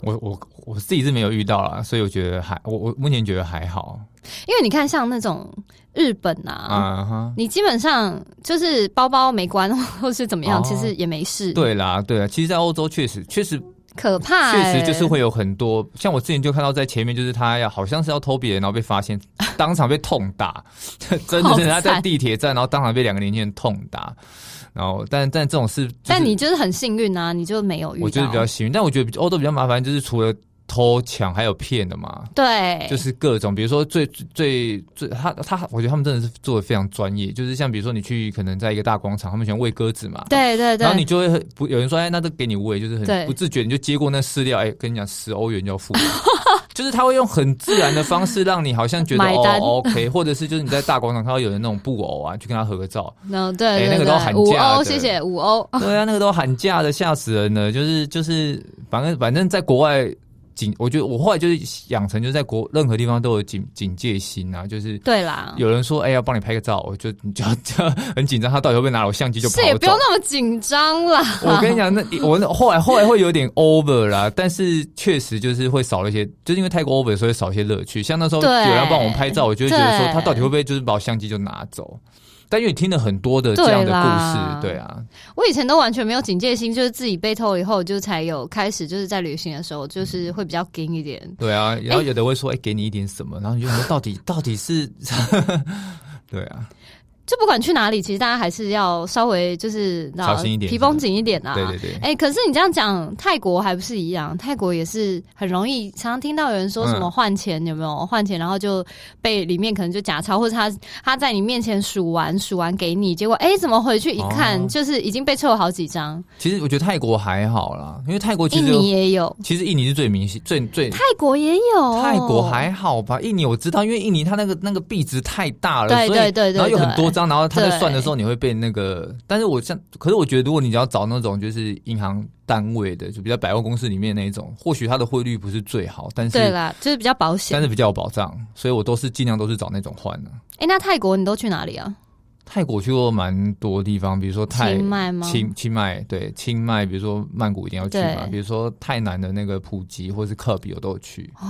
[SPEAKER 2] 我我我自己是没有遇到啦，所以我觉得还我我目前觉得还好
[SPEAKER 1] 因为你看像那种日本啊，
[SPEAKER 2] 啊哈。
[SPEAKER 1] 你基本上就是包包没关或是怎么样，
[SPEAKER 2] 哦
[SPEAKER 1] 其实也没事。，
[SPEAKER 2] 对啦，对啦，其实，在欧洲确实确实
[SPEAKER 1] 可怕、
[SPEAKER 2] 确
[SPEAKER 1] 欸，
[SPEAKER 2] 实就是会有很多，像我之前就看到在前面，就是他要好像是要偷别人，然后被发现， 当场被痛打，真的
[SPEAKER 1] 好
[SPEAKER 2] 真的他在
[SPEAKER 1] 惨
[SPEAKER 2] 地铁站，然后当场被两个年轻人痛打，然后但但这种事，就是
[SPEAKER 1] 但你就是很幸运啊，你就没有遇到。
[SPEAKER 2] 我觉得比较幸运，但我觉得比欧洲比较麻烦，就是除了偷抢还有骗的嘛，
[SPEAKER 1] 对，
[SPEAKER 2] 就是各种，比如说最最最，他他，我觉得他们真的是做的非常专业。就是像比如说你去可能在一个大广场，他们喜欢喂鸽子嘛，
[SPEAKER 1] 对对
[SPEAKER 2] 然后
[SPEAKER 1] 对，
[SPEAKER 2] 你就会很不有人说，哎，那都给你喂，就是
[SPEAKER 1] 对
[SPEAKER 2] 很不自觉，你就接过那饲料，哎，跟你讲十欧元就要付， 就是他会用很自然的方式让你好像觉得
[SPEAKER 1] 买
[SPEAKER 2] 哦
[SPEAKER 1] 单
[SPEAKER 2] OK，或者是就是你在大广场看到有人那种布偶啊，去跟他合个照，
[SPEAKER 1] 嗯对
[SPEAKER 2] 哎
[SPEAKER 1] 对
[SPEAKER 2] 那个都
[SPEAKER 1] 对，
[SPEAKER 2] 喊
[SPEAKER 1] 五
[SPEAKER 2] 价
[SPEAKER 1] 欧，
[SPEAKER 2] 的
[SPEAKER 1] 谢谢五欧。
[SPEAKER 2] 对啊，那个都喊价的，吓死人了。就是就是，反正反正在国外警，我觉得我后来就是养成就是在国任何地方都有警警戒心啊，就是
[SPEAKER 1] 对啦，
[SPEAKER 2] 有人说哎、要帮你拍个照，我就 你就要很紧张，他到底会不会拿我相机就是跑
[SPEAKER 1] 也
[SPEAKER 2] 走
[SPEAKER 1] 不？用那么紧张啦。
[SPEAKER 2] 我跟你讲，那我那后来后来会有点 over 啦，但是确实就是会少了一些，就是因为太过 over，所以少一些乐趣。像那时候
[SPEAKER 1] 对
[SPEAKER 2] 有人帮我们拍照，我就会觉得说
[SPEAKER 1] 对
[SPEAKER 2] 他到底会不会就是把我相机就拿走？但因为你听了很多的这样的
[SPEAKER 1] 对啦
[SPEAKER 2] 故事，对啊，
[SPEAKER 1] 我以前都完全没有警戒心，就是自己被偷以后，就才有开始，就是在旅行的时候，就是会比较紧一点。
[SPEAKER 2] 对啊，然后有的会说，哎、给你一点什么，然后你就想 说，到底到底是， 对啊，
[SPEAKER 1] 就不管去哪里，其实大家还是要稍微就是
[SPEAKER 2] 小心一点
[SPEAKER 1] 皮绷紧一点啊。
[SPEAKER 2] 对对对，
[SPEAKER 1] 哎、可是你这样讲，泰国还不是一样？泰国也是很容易，常常听到有人说什么
[SPEAKER 2] 嗯
[SPEAKER 1] 换钱、有没有换钱，然后就被里面可能就假钞，或者他他在你面前数完数完给你，结果哎、怎么回去一看，
[SPEAKER 2] 哦
[SPEAKER 1] 就是已经被抽了好几张。
[SPEAKER 2] 其实我觉得泰国还好啦，因为泰国其
[SPEAKER 1] 印
[SPEAKER 2] 实
[SPEAKER 1] 尼也有，
[SPEAKER 2] 其实印尼是最明显、最最
[SPEAKER 1] 泰哦国也有，
[SPEAKER 2] 泰国还好吧？印尼我知道，因为印尼它那个那个币值太大了，
[SPEAKER 1] 对
[SPEAKER 2] 所以
[SPEAKER 1] 对对对
[SPEAKER 2] 然后有很多张，然后他在
[SPEAKER 1] 对
[SPEAKER 2] 算的时候你会被那个。但是我像，可是我觉得如果你只要找那种就是银行单位的，就比较百货公司里面那一种，或许它的汇率不是最好，但
[SPEAKER 1] 对
[SPEAKER 2] 是
[SPEAKER 1] 啦，就是比较保险
[SPEAKER 2] 但。是比较有保障，所以我都是尽量都是找那种换的、
[SPEAKER 1] 哎、那泰国你都去哪里啊？
[SPEAKER 2] 泰国去过蛮多地方，比如说泰
[SPEAKER 1] 清迈吗
[SPEAKER 2] 清清迈对清迈，比如说曼谷一定要去嘛
[SPEAKER 1] 对，
[SPEAKER 2] 比如说泰南的那个普吉或是克比，我都有去。哦，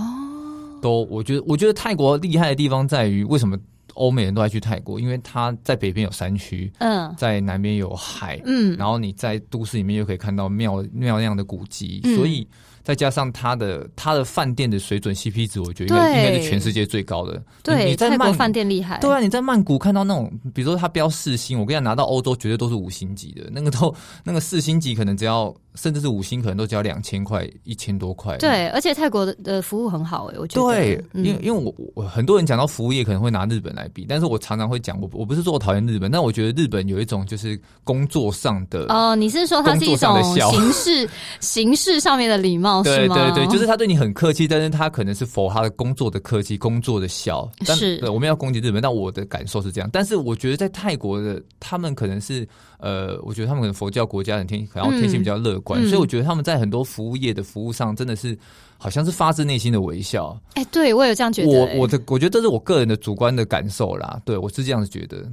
[SPEAKER 2] 都我觉得我觉得泰国厉害的地方在于为什么欧美人都爱去泰国，因为它在北边有山区，
[SPEAKER 1] 嗯
[SPEAKER 2] 在南边有海，
[SPEAKER 1] 嗯，
[SPEAKER 2] 然后你在都市里面又可以看到妙妙那样的古迹，
[SPEAKER 1] 嗯
[SPEAKER 2] 所以再加上它的它的饭店的水准 CP 值，我觉得应该
[SPEAKER 1] 对
[SPEAKER 2] 应该是全世界最高的。你
[SPEAKER 1] 对，
[SPEAKER 2] 你在
[SPEAKER 1] 泰国
[SPEAKER 2] 曼
[SPEAKER 1] 饭店厉害。
[SPEAKER 2] 对啊，你在曼谷看到那种，比如说他标四星，我跟你讲，拿到欧洲绝对都是五星级的，那个都那个四星级可能只要，甚至是五星可能都只要两千块、一千多块。
[SPEAKER 1] 对，而且泰国的的服务很好哎、我觉得。
[SPEAKER 2] 对，
[SPEAKER 1] 嗯
[SPEAKER 2] 因为因为我我很多人讲到服务业可能会拿日本来比，但是我常常会讲，我我不是说我讨厌日本，但我觉得日本有一种就是工作上的。
[SPEAKER 1] 哦、你是说它是一种
[SPEAKER 2] 工作上的笑
[SPEAKER 1] 形 式形式上面的礼貌
[SPEAKER 2] 对
[SPEAKER 1] 哦是吗？
[SPEAKER 2] 对对，就是他对你很客气，但是他可能是否他的工作的客气、工作的笑。但
[SPEAKER 1] 是
[SPEAKER 2] 对，我们要攻击日本，但我的感受是这样。但是我觉得在泰国的，他们可能是呃，我觉得他们可能佛教国家的天，然后天性比较乐观，
[SPEAKER 1] 嗯
[SPEAKER 2] 所以我觉得他们在很多服务业的服务上，真的是好像是发自内心的微笑。
[SPEAKER 1] 哎、对我有这样觉得、
[SPEAKER 2] 我
[SPEAKER 1] 哎
[SPEAKER 2] 我的我觉得这是我个人的主观的感受啦，对我是这样子觉得。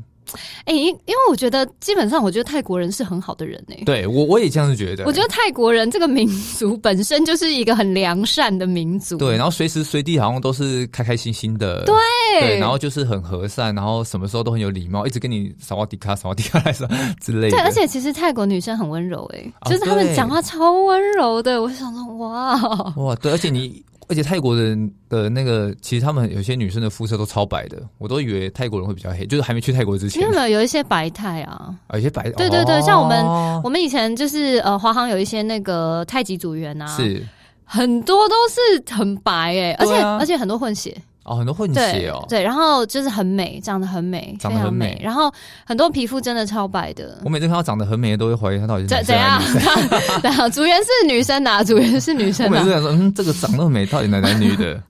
[SPEAKER 1] 哎、因因为我觉得基本上，我觉得泰国人是很好的人哎、
[SPEAKER 2] 对我我也这样子觉得。
[SPEAKER 1] 我觉得泰国人这个民族本身就是一个很良善的民族，
[SPEAKER 2] 对，然后随时随地好像都是开开心心的。对。
[SPEAKER 1] 哎
[SPEAKER 2] 对，然后就是很和善，然后什么时候都很有礼貌，一直跟你扫瓦迪卡、扫瓦迪卡来说之类的。
[SPEAKER 1] 对，而且其实泰国女生很温柔、哎、
[SPEAKER 2] 啊
[SPEAKER 1] 就是她们
[SPEAKER 2] 对
[SPEAKER 1] 讲话超温柔的，我想说， 哇，哦
[SPEAKER 2] 哇，对，而且你，而且泰国人的那个，其实他们有些女生的肤色都超白的，我都以为泰国人会比较黑，就是还没去泰国之
[SPEAKER 1] 因
[SPEAKER 2] 前
[SPEAKER 1] 为，没有有一些白泰啊，
[SPEAKER 2] 啊有些白。
[SPEAKER 1] 对对对
[SPEAKER 2] 哦
[SPEAKER 1] 像我们我们以前就是呃，华航有一些那个太极组员啊，
[SPEAKER 2] 是
[SPEAKER 1] 很多都是很白哎、而且、
[SPEAKER 2] 对啊
[SPEAKER 1] 而且很多混血，
[SPEAKER 2] 哦，很多混
[SPEAKER 1] 对、
[SPEAKER 2] 血哦。
[SPEAKER 1] 对，然后就是很美，长得很美，
[SPEAKER 2] 长得很
[SPEAKER 1] 非常
[SPEAKER 2] 美
[SPEAKER 1] 美，然后很多皮肤真的超白的
[SPEAKER 2] 我。每次看到长得很美的，都会怀疑她到底是
[SPEAKER 1] 怎
[SPEAKER 2] 男
[SPEAKER 1] 怎
[SPEAKER 2] 生还
[SPEAKER 1] 样
[SPEAKER 2] 是 女？
[SPEAKER 1] 怎样？组员是女生的、啊，组员是女生
[SPEAKER 2] 生。我
[SPEAKER 1] 的、
[SPEAKER 2] 每次
[SPEAKER 1] 啊。
[SPEAKER 2] 想说，嗯，这个长那么美，到底男男女 的？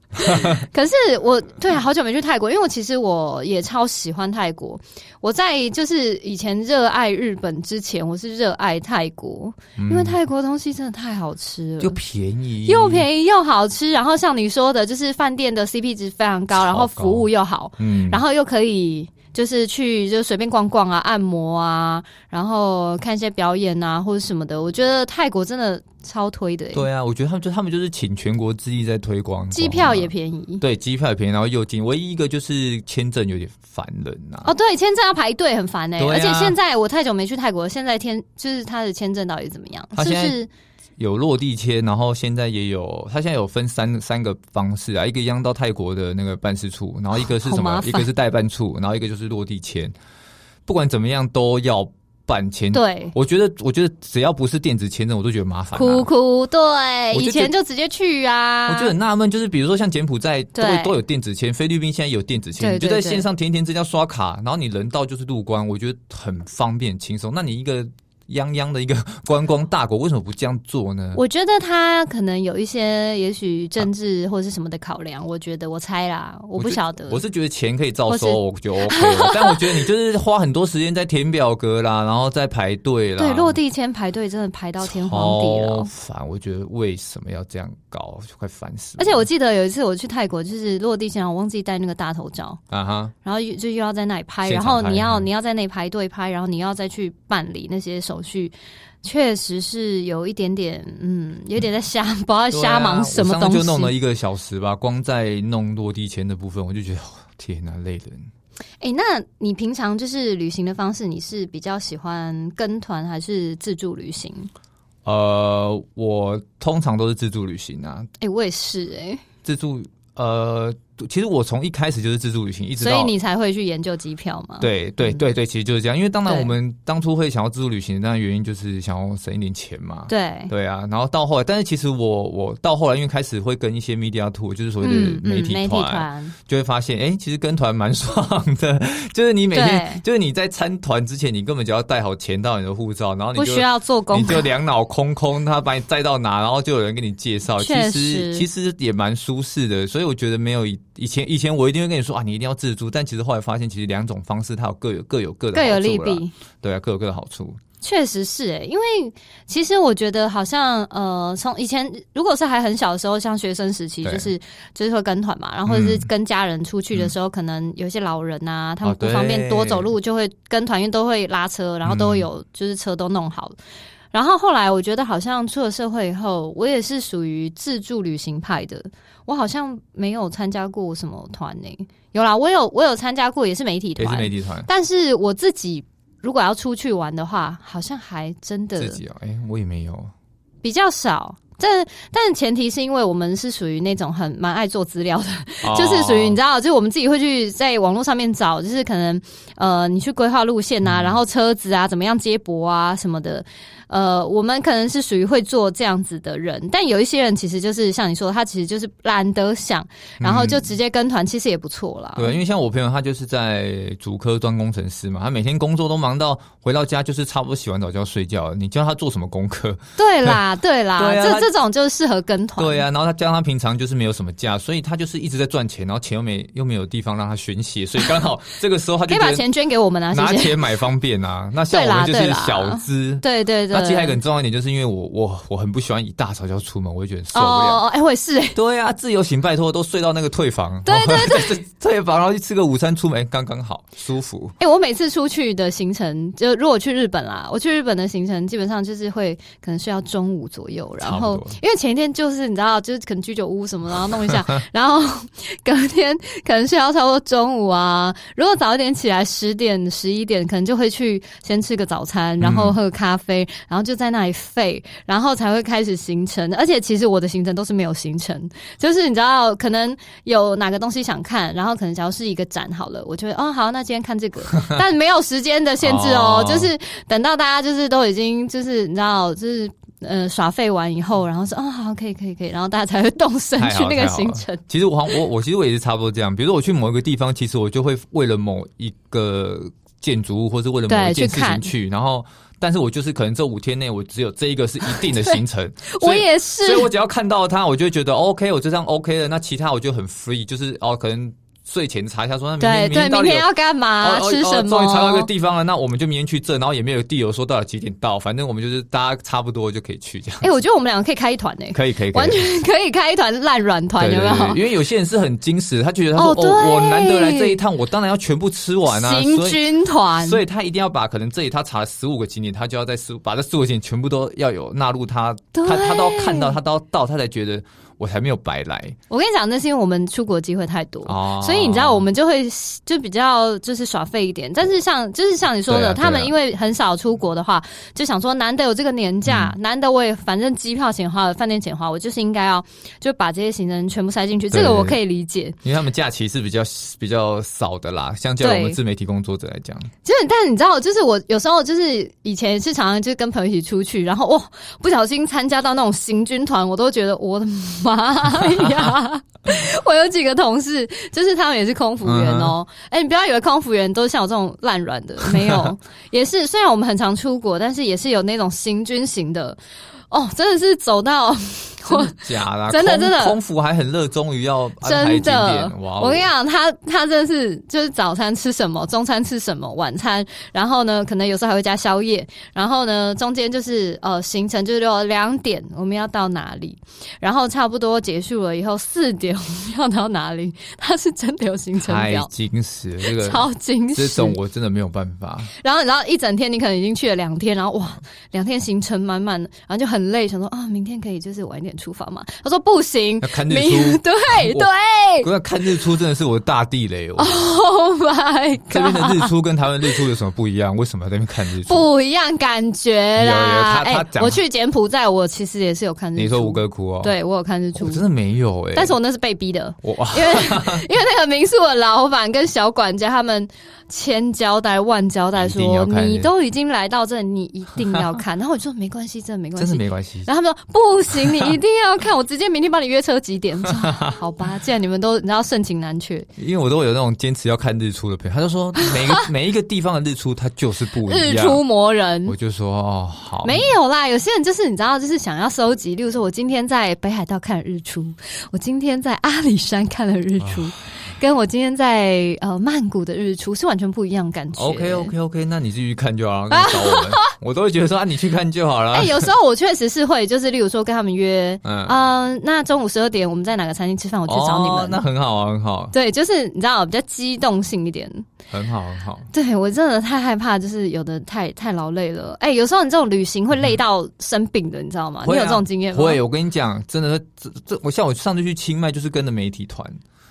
[SPEAKER 1] 可是我对啊好久没去泰国，因为我其实我也超喜欢泰国。我在就是以前热爱日本之前，我是热爱泰国，因为泰国东西真的太好吃了，
[SPEAKER 2] 又嗯便宜，
[SPEAKER 1] 又
[SPEAKER 2] 宜，
[SPEAKER 1] 便宜又好吃，然后像你说的，就是饭店的 CP 值非常高，
[SPEAKER 2] 超
[SPEAKER 1] 然后服务又好，
[SPEAKER 2] 嗯，
[SPEAKER 1] 然后又可以就是去就随便逛逛啊、按摩啊，然后看一些表演啊或者什么的。我觉得泰国真的超推的、欸，
[SPEAKER 2] 对啊，我觉得他们就他们就是请全国之力在推广，
[SPEAKER 1] 机票也便宜。
[SPEAKER 2] 对，机票也便宜，然后又近。唯一一个就是签证有点烦人啊呐、
[SPEAKER 1] 哦，对，签证要排队很烦哎、
[SPEAKER 2] 对啊
[SPEAKER 1] 而且现在我太久没去泰国，现在天就是他的签证到底怎么样？
[SPEAKER 2] 他
[SPEAKER 1] 是
[SPEAKER 2] 现
[SPEAKER 1] 不
[SPEAKER 2] 在
[SPEAKER 1] 是
[SPEAKER 2] 有落地签，然后现在也有，它现在有分三三个方式啊，一个一样到泰国的那个办事处，然后一个是什
[SPEAKER 1] 好麻
[SPEAKER 2] 么？
[SPEAKER 1] 烦
[SPEAKER 2] 一个是代办处，然后一个就是落地签。不管怎么样都要办签。，
[SPEAKER 1] 对
[SPEAKER 2] 我觉得，我觉得只要不是电子签证，我都觉得麻烦、啊。
[SPEAKER 1] 哭哭？对，
[SPEAKER 2] 我就
[SPEAKER 1] 以前就直接去啊。
[SPEAKER 2] 我就很纳闷，就是比如说像柬埔寨都
[SPEAKER 1] 对
[SPEAKER 2] 都有电子签，菲律宾现在也有电子签，
[SPEAKER 1] 对
[SPEAKER 2] 你就
[SPEAKER 1] 对
[SPEAKER 2] 在
[SPEAKER 1] 对
[SPEAKER 2] 线上填一填资料刷卡，然后你人到就是入关，我觉得很方便轻松。那你一个泱泱的一个观光大国，为什么不这样做呢？
[SPEAKER 1] 我觉得他可能有一些，也许政治或是什么的考量，我觉得我猜啦，我不
[SPEAKER 2] 觉
[SPEAKER 1] 晓得。
[SPEAKER 2] 我是觉得钱可以照
[SPEAKER 1] 呃或是
[SPEAKER 2] 收，我就 OK 了。但我觉得你就是花很多时间在填表格啦，然后在排队啦，
[SPEAKER 1] 对落地签排队真的排到天荒地
[SPEAKER 2] 超
[SPEAKER 1] 老。
[SPEAKER 2] 烦。我觉得为什么要这样搞，就快烦死了。
[SPEAKER 1] 而且我记得有一次我去泰国，就是落地签，我忘记带那个大头照，
[SPEAKER 2] 啊哈，
[SPEAKER 1] 然后就又要在那里拍，
[SPEAKER 2] 现
[SPEAKER 1] 然
[SPEAKER 2] 场
[SPEAKER 1] 后
[SPEAKER 2] 拍
[SPEAKER 1] 你要
[SPEAKER 2] 嗯
[SPEAKER 1] 你要在那里排队拍，然后你要再去办理那些手续，确实是有一点点，嗯，有点在瞎，不知道在
[SPEAKER 2] 对
[SPEAKER 1] 瞎
[SPEAKER 2] 啊
[SPEAKER 1] 忙什么
[SPEAKER 2] 我上
[SPEAKER 1] 东
[SPEAKER 2] 次
[SPEAKER 1] 西。
[SPEAKER 2] 就弄了一个小时吧，光在弄落地签的部分，我就觉得哦天哪、累人。
[SPEAKER 1] 哎、那你平常就是旅行的方式，你是比较喜欢跟团还是自助旅行？
[SPEAKER 2] 呃，我通常都是自助旅行啊，
[SPEAKER 1] 哎、我也是哎、
[SPEAKER 2] 自助呃，其实我从一开始就是自助旅行，一直
[SPEAKER 1] 所
[SPEAKER 2] 到
[SPEAKER 1] 以你才会去研究机票嘛？，
[SPEAKER 2] 对啊对对对，其实就是这样。因为当然
[SPEAKER 1] 对
[SPEAKER 2] 我们当初会想要自助旅行，当然原因就是想要省一点钱嘛。
[SPEAKER 1] 对，
[SPEAKER 2] 对啊，然后到后来，但是其实我我到后来，因为开始会跟一些 media tour，就是所谓的媒体
[SPEAKER 1] 嗯媒体
[SPEAKER 2] 团，
[SPEAKER 1] 团，
[SPEAKER 2] 就会发现，哎、其实跟团蛮爽的。 就是你 每天
[SPEAKER 1] 对，
[SPEAKER 2] 就是你在参团之前，你根本就要带好钱到你的护照，然后你
[SPEAKER 1] 不
[SPEAKER 2] 就
[SPEAKER 1] 需要做功
[SPEAKER 2] 你就
[SPEAKER 1] 课，
[SPEAKER 2] 两脑空空，他把你载到哪，然后就有人给你介绍。其
[SPEAKER 1] 确
[SPEAKER 2] 实
[SPEAKER 1] 实
[SPEAKER 2] 其实也蛮舒适的，所以我觉得没有以以前以前我一定会跟你说啊，你一定要自助，但其实后来发现，其实两种方式它有各有各有各的
[SPEAKER 1] 各有利
[SPEAKER 2] 好处啦
[SPEAKER 1] 弊。
[SPEAKER 2] 对啊，各有各的好处。
[SPEAKER 1] 确实是诶、因为其实我觉得好像呃，从以前如果是还很小的时候，像学生时期，
[SPEAKER 2] 对嗯
[SPEAKER 1] 就是就是会跟团嘛，然后或者是跟家人出去的时候，可能有一些老人啊，他们
[SPEAKER 2] 啊
[SPEAKER 1] 不方便
[SPEAKER 2] 嗯对
[SPEAKER 1] 多走路，就会跟团，因为都会拉车，然后都会有、
[SPEAKER 2] 嗯
[SPEAKER 1] 就是车都弄好。然后后来我觉得好像出了社会以后，我也是属于自助旅行派的，我好像没有参加过什么团呢、有啦，我有我有参加过，也是媒体
[SPEAKER 2] 也
[SPEAKER 1] 团
[SPEAKER 2] 是，媒体团
[SPEAKER 1] 但是我自己如果要出去玩的话，好像还真的
[SPEAKER 2] 自己啊，哎、我也没有。
[SPEAKER 1] 比较少。但但前提是因为我们是属于那种很蛮爱做资料的，
[SPEAKER 2] 哦
[SPEAKER 1] 就是属于你知
[SPEAKER 2] 道，
[SPEAKER 1] 道，就是我们自己会去在网络上面找，就是可能呃，你去规划路线
[SPEAKER 2] 嗯
[SPEAKER 1] 啊，然后车子啊，怎么样接驳啊什么的。呃，我们可能是属于会做这样子的人，但有一些人其实就是像你说的，他其实就是懒得想，然后就直接跟团，其实也不错啦。
[SPEAKER 2] 嗯啊对，因为像我朋友他就是在主科端工程师嘛，他每天工作都忙到回到家就是差不多洗完澡就要睡觉了。你叫他做什么功课？
[SPEAKER 1] 对啦，对啦，
[SPEAKER 2] 对啊他
[SPEAKER 1] 这这种就适合跟团。
[SPEAKER 2] 对啊，然后他加上他平常就是没有什么假，所以他就是一直在赚钱，然后钱又没又没有地方让他宣泄，所以刚好这个时候他
[SPEAKER 1] 可
[SPEAKER 2] 就
[SPEAKER 1] 以
[SPEAKER 2] 觉
[SPEAKER 1] 把
[SPEAKER 2] 得
[SPEAKER 1] 钱捐给我们啊，谢
[SPEAKER 2] 拿
[SPEAKER 1] 谢。
[SPEAKER 2] 钱买方便啊。那像我们就
[SPEAKER 1] 对
[SPEAKER 2] 是
[SPEAKER 1] 啦
[SPEAKER 2] 小 资。
[SPEAKER 1] 对对对，
[SPEAKER 2] 那其实还有一个很重要一点，就是因为我我我很不喜欢一大早就要出门，我会觉得很受
[SPEAKER 1] 哦
[SPEAKER 2] 不了。
[SPEAKER 1] 哦，哦哎，我也是， 哎
[SPEAKER 2] 对啊，自由行拜托都睡到那个退房，对对对， 退房然后去吃个午餐，出门哎刚刚好舒服。
[SPEAKER 1] 哎，我每次出去的行程，就如果去日本啦，我去日本的行程基本上就是会可能睡到中午左右，然后
[SPEAKER 2] 差不多
[SPEAKER 1] 因为前一天就是你知道，就是可能居酒屋什么，然后弄一 下，然后隔天可能睡到差不多中午啊。如果早一点起来，十点十一点，可能就会去先吃个早餐，然
[SPEAKER 2] 嗯
[SPEAKER 1] 后喝个咖啡，然后就在那里废，然后才会开始行程。而且其实我的行程都是没有行程，就是你知道，可能有哪个东西想看，然后可能只要是一个展好了，我就会哦好，那今天看这 个，但没有时间的限制哦，
[SPEAKER 2] 哦
[SPEAKER 1] 就是等到大家就是都已经就是你知道就是。呃，耍废完以后，然后说啊、好，可以，可以，可以，然后大家才会动身
[SPEAKER 2] 嗯太
[SPEAKER 1] 去
[SPEAKER 2] 好
[SPEAKER 1] 那个
[SPEAKER 2] 太好
[SPEAKER 1] 行
[SPEAKER 2] 了
[SPEAKER 1] 程。
[SPEAKER 2] 其实我好像我我其实我也是差不多这样，比如说我去某一个地方，其实我就会为了某一个建筑物或是为了某
[SPEAKER 1] 对
[SPEAKER 2] 一件事
[SPEAKER 1] 去看
[SPEAKER 2] 情去，然后但是我就是可能这五天内我只有这 一个是一定的行程，所
[SPEAKER 1] 我
[SPEAKER 2] 以。
[SPEAKER 1] 也是，
[SPEAKER 2] 所以我只要看到它，我就会觉得 OK，我这张 OK 了，那其他我就很 free，就是哦，可能睡前查一下说，那明
[SPEAKER 1] 对
[SPEAKER 2] 天
[SPEAKER 1] 对，
[SPEAKER 2] 到
[SPEAKER 1] 明
[SPEAKER 2] 底有
[SPEAKER 1] 天要干嘛？
[SPEAKER 2] 哦哦
[SPEAKER 1] 吃什
[SPEAKER 2] 哦终于查到一
[SPEAKER 1] 么
[SPEAKER 2] 个？地方了，那我们就明天去这，然后也没有地友说到底几点到，反正我们就是大家差不多就可以去这样。
[SPEAKER 1] 哎，我觉得我们两个可以开一团呢，
[SPEAKER 2] 可以可以，可以
[SPEAKER 1] 完全 可以开一团烂软团，
[SPEAKER 2] 对
[SPEAKER 1] 有没
[SPEAKER 2] 对对
[SPEAKER 1] 有？
[SPEAKER 2] 因为有些人是很矜持，他觉得他说
[SPEAKER 1] 哦对
[SPEAKER 2] 哦，我难得来这一趟，我当然要全部吃完啊，
[SPEAKER 1] 行
[SPEAKER 2] 所以
[SPEAKER 1] 军团，
[SPEAKER 2] 所以他一定要把可能这里他查了十五个景点，他就要在十把这十五个景点全部都要有纳入他，
[SPEAKER 1] 对
[SPEAKER 2] 他他都要看到，他都要到，他才觉得我才没有白来
[SPEAKER 1] 我跟你讲，那是因为我们出国机会太多。
[SPEAKER 2] 哦。
[SPEAKER 1] 所以你知道，我们就会就比较就是耍废一点，但是像就是像你说
[SPEAKER 2] 对
[SPEAKER 1] 的，
[SPEAKER 2] 啊对啊
[SPEAKER 1] 他们因为很少出国的话，就想说难得有这个年假，
[SPEAKER 2] 嗯
[SPEAKER 1] 难得我也反正机票钱花了，饭店钱花，我就是应该要就把这些行程全部塞进去，这
[SPEAKER 2] 对
[SPEAKER 1] 个
[SPEAKER 2] 对
[SPEAKER 1] 我
[SPEAKER 2] 对
[SPEAKER 1] 可以理解。
[SPEAKER 2] 因为他们假期是比较比较少的啦，相较于我
[SPEAKER 1] 对
[SPEAKER 2] 们自媒体工作者来讲，
[SPEAKER 1] 就是，但你知道，就是我有时候就是以前也是常常就是跟朋友一起出去，然后哇，不小心参加到那种行军团，我都觉得我的妈呀！我有几个同事，就是他们也是空服员哦、
[SPEAKER 2] 嗯
[SPEAKER 1] 哎、你不要以为空服员都像我这种烂软的，没 有，也是。虽然我们很常出国，但是也是有那种行军型的。哦，真的是走到我
[SPEAKER 2] 真的假啦，
[SPEAKER 1] 真的
[SPEAKER 2] 空
[SPEAKER 1] 真的
[SPEAKER 2] 空服还很热衷于要安排
[SPEAKER 1] 真
[SPEAKER 2] 景
[SPEAKER 1] 的
[SPEAKER 2] 点，哇哦！
[SPEAKER 1] 我跟你讲，他他真的是就是早餐吃什么，中餐吃什么，晚餐，然后呢，可能有时候还会加宵夜，然后呢，中间就是呃行程就是有两点我们要到哪里，然后差不多结束了以后四点我们要到哪里， 他是真的有行程
[SPEAKER 2] 太
[SPEAKER 1] 表，
[SPEAKER 2] 矜持了，这个
[SPEAKER 1] 超惊
[SPEAKER 2] 这
[SPEAKER 1] 喜
[SPEAKER 2] 种。我真的没有办法。
[SPEAKER 1] 然后你知道一整天你可能已经去了两天，然后哇，两天行程满满，然后就很累，想说啊，明天可以就是晚一点演出房吗？他说不行
[SPEAKER 2] 要，看日
[SPEAKER 1] 明
[SPEAKER 2] 出
[SPEAKER 1] 对
[SPEAKER 2] 我
[SPEAKER 1] 对
[SPEAKER 2] 不要看日出真的是我的大地雷哦。
[SPEAKER 1] ，Oh my
[SPEAKER 2] 这边
[SPEAKER 1] god，
[SPEAKER 2] 的日出跟台湾日出有什么不一样？为什么要在那边看日出？
[SPEAKER 1] 不一样感觉啦。哎
[SPEAKER 2] 有有他他讲
[SPEAKER 1] 我去柬埔寨，我其实也是有看日出。
[SPEAKER 2] 你说吴哥窟
[SPEAKER 1] 嗯
[SPEAKER 2] 哦？，
[SPEAKER 1] 对我有看日出
[SPEAKER 2] 我，真的没有哎、
[SPEAKER 1] 但是我那是被逼的。
[SPEAKER 2] 我啊，
[SPEAKER 1] 因 为因为那个民宿的老板跟小管家他们千交代万交代
[SPEAKER 2] 一定要
[SPEAKER 1] 说，
[SPEAKER 2] 看
[SPEAKER 1] 你都已经来到这，你一定要 看。然后我就说没关系，真的没关
[SPEAKER 2] 真的
[SPEAKER 1] 系。
[SPEAKER 2] 没关系。
[SPEAKER 1] 然后他们说不行，你一定要看，我直接明天帮你约车几点。我说 好吧，既然你们都你知道盛情难却，
[SPEAKER 2] 因为我都有那种坚持要看日出的朋友，他就 说每个每一个地方的日出它就是不一
[SPEAKER 1] 日
[SPEAKER 2] 样。
[SPEAKER 1] 出磨人
[SPEAKER 2] 我。就说哦好，
[SPEAKER 1] 没有啦，有些人就是你知道，就是想要收集，例如说，我今天在北海道看日出，我今天在阿里山看了日出，
[SPEAKER 2] 啊
[SPEAKER 1] 跟我今天在呃曼谷的日出是完全不一样的感觉。
[SPEAKER 2] OK OK OK，那你继续看 就好了，跟找我们，我都会觉得说啊你去看就好了。
[SPEAKER 1] 哎、有时候我确实是会，就是例如说跟他们约，
[SPEAKER 2] 嗯
[SPEAKER 1] 嗯、那中午十二点我们在哪个餐厅吃饭，我去找你
[SPEAKER 2] 哦
[SPEAKER 1] 们。
[SPEAKER 2] 那很好啊，很好，
[SPEAKER 1] 对，就是你知道比较激动性一点。
[SPEAKER 2] 很好，很好。
[SPEAKER 1] 对我真的太害怕，就是有的太太劳累了。哎、有时候你这种旅行会累到生病的，你知道吗？你
[SPEAKER 2] 会啊
[SPEAKER 1] 有这种经验吗？
[SPEAKER 2] 会，我跟你讲，真的，这这我像我上次去清迈就是跟着媒体团，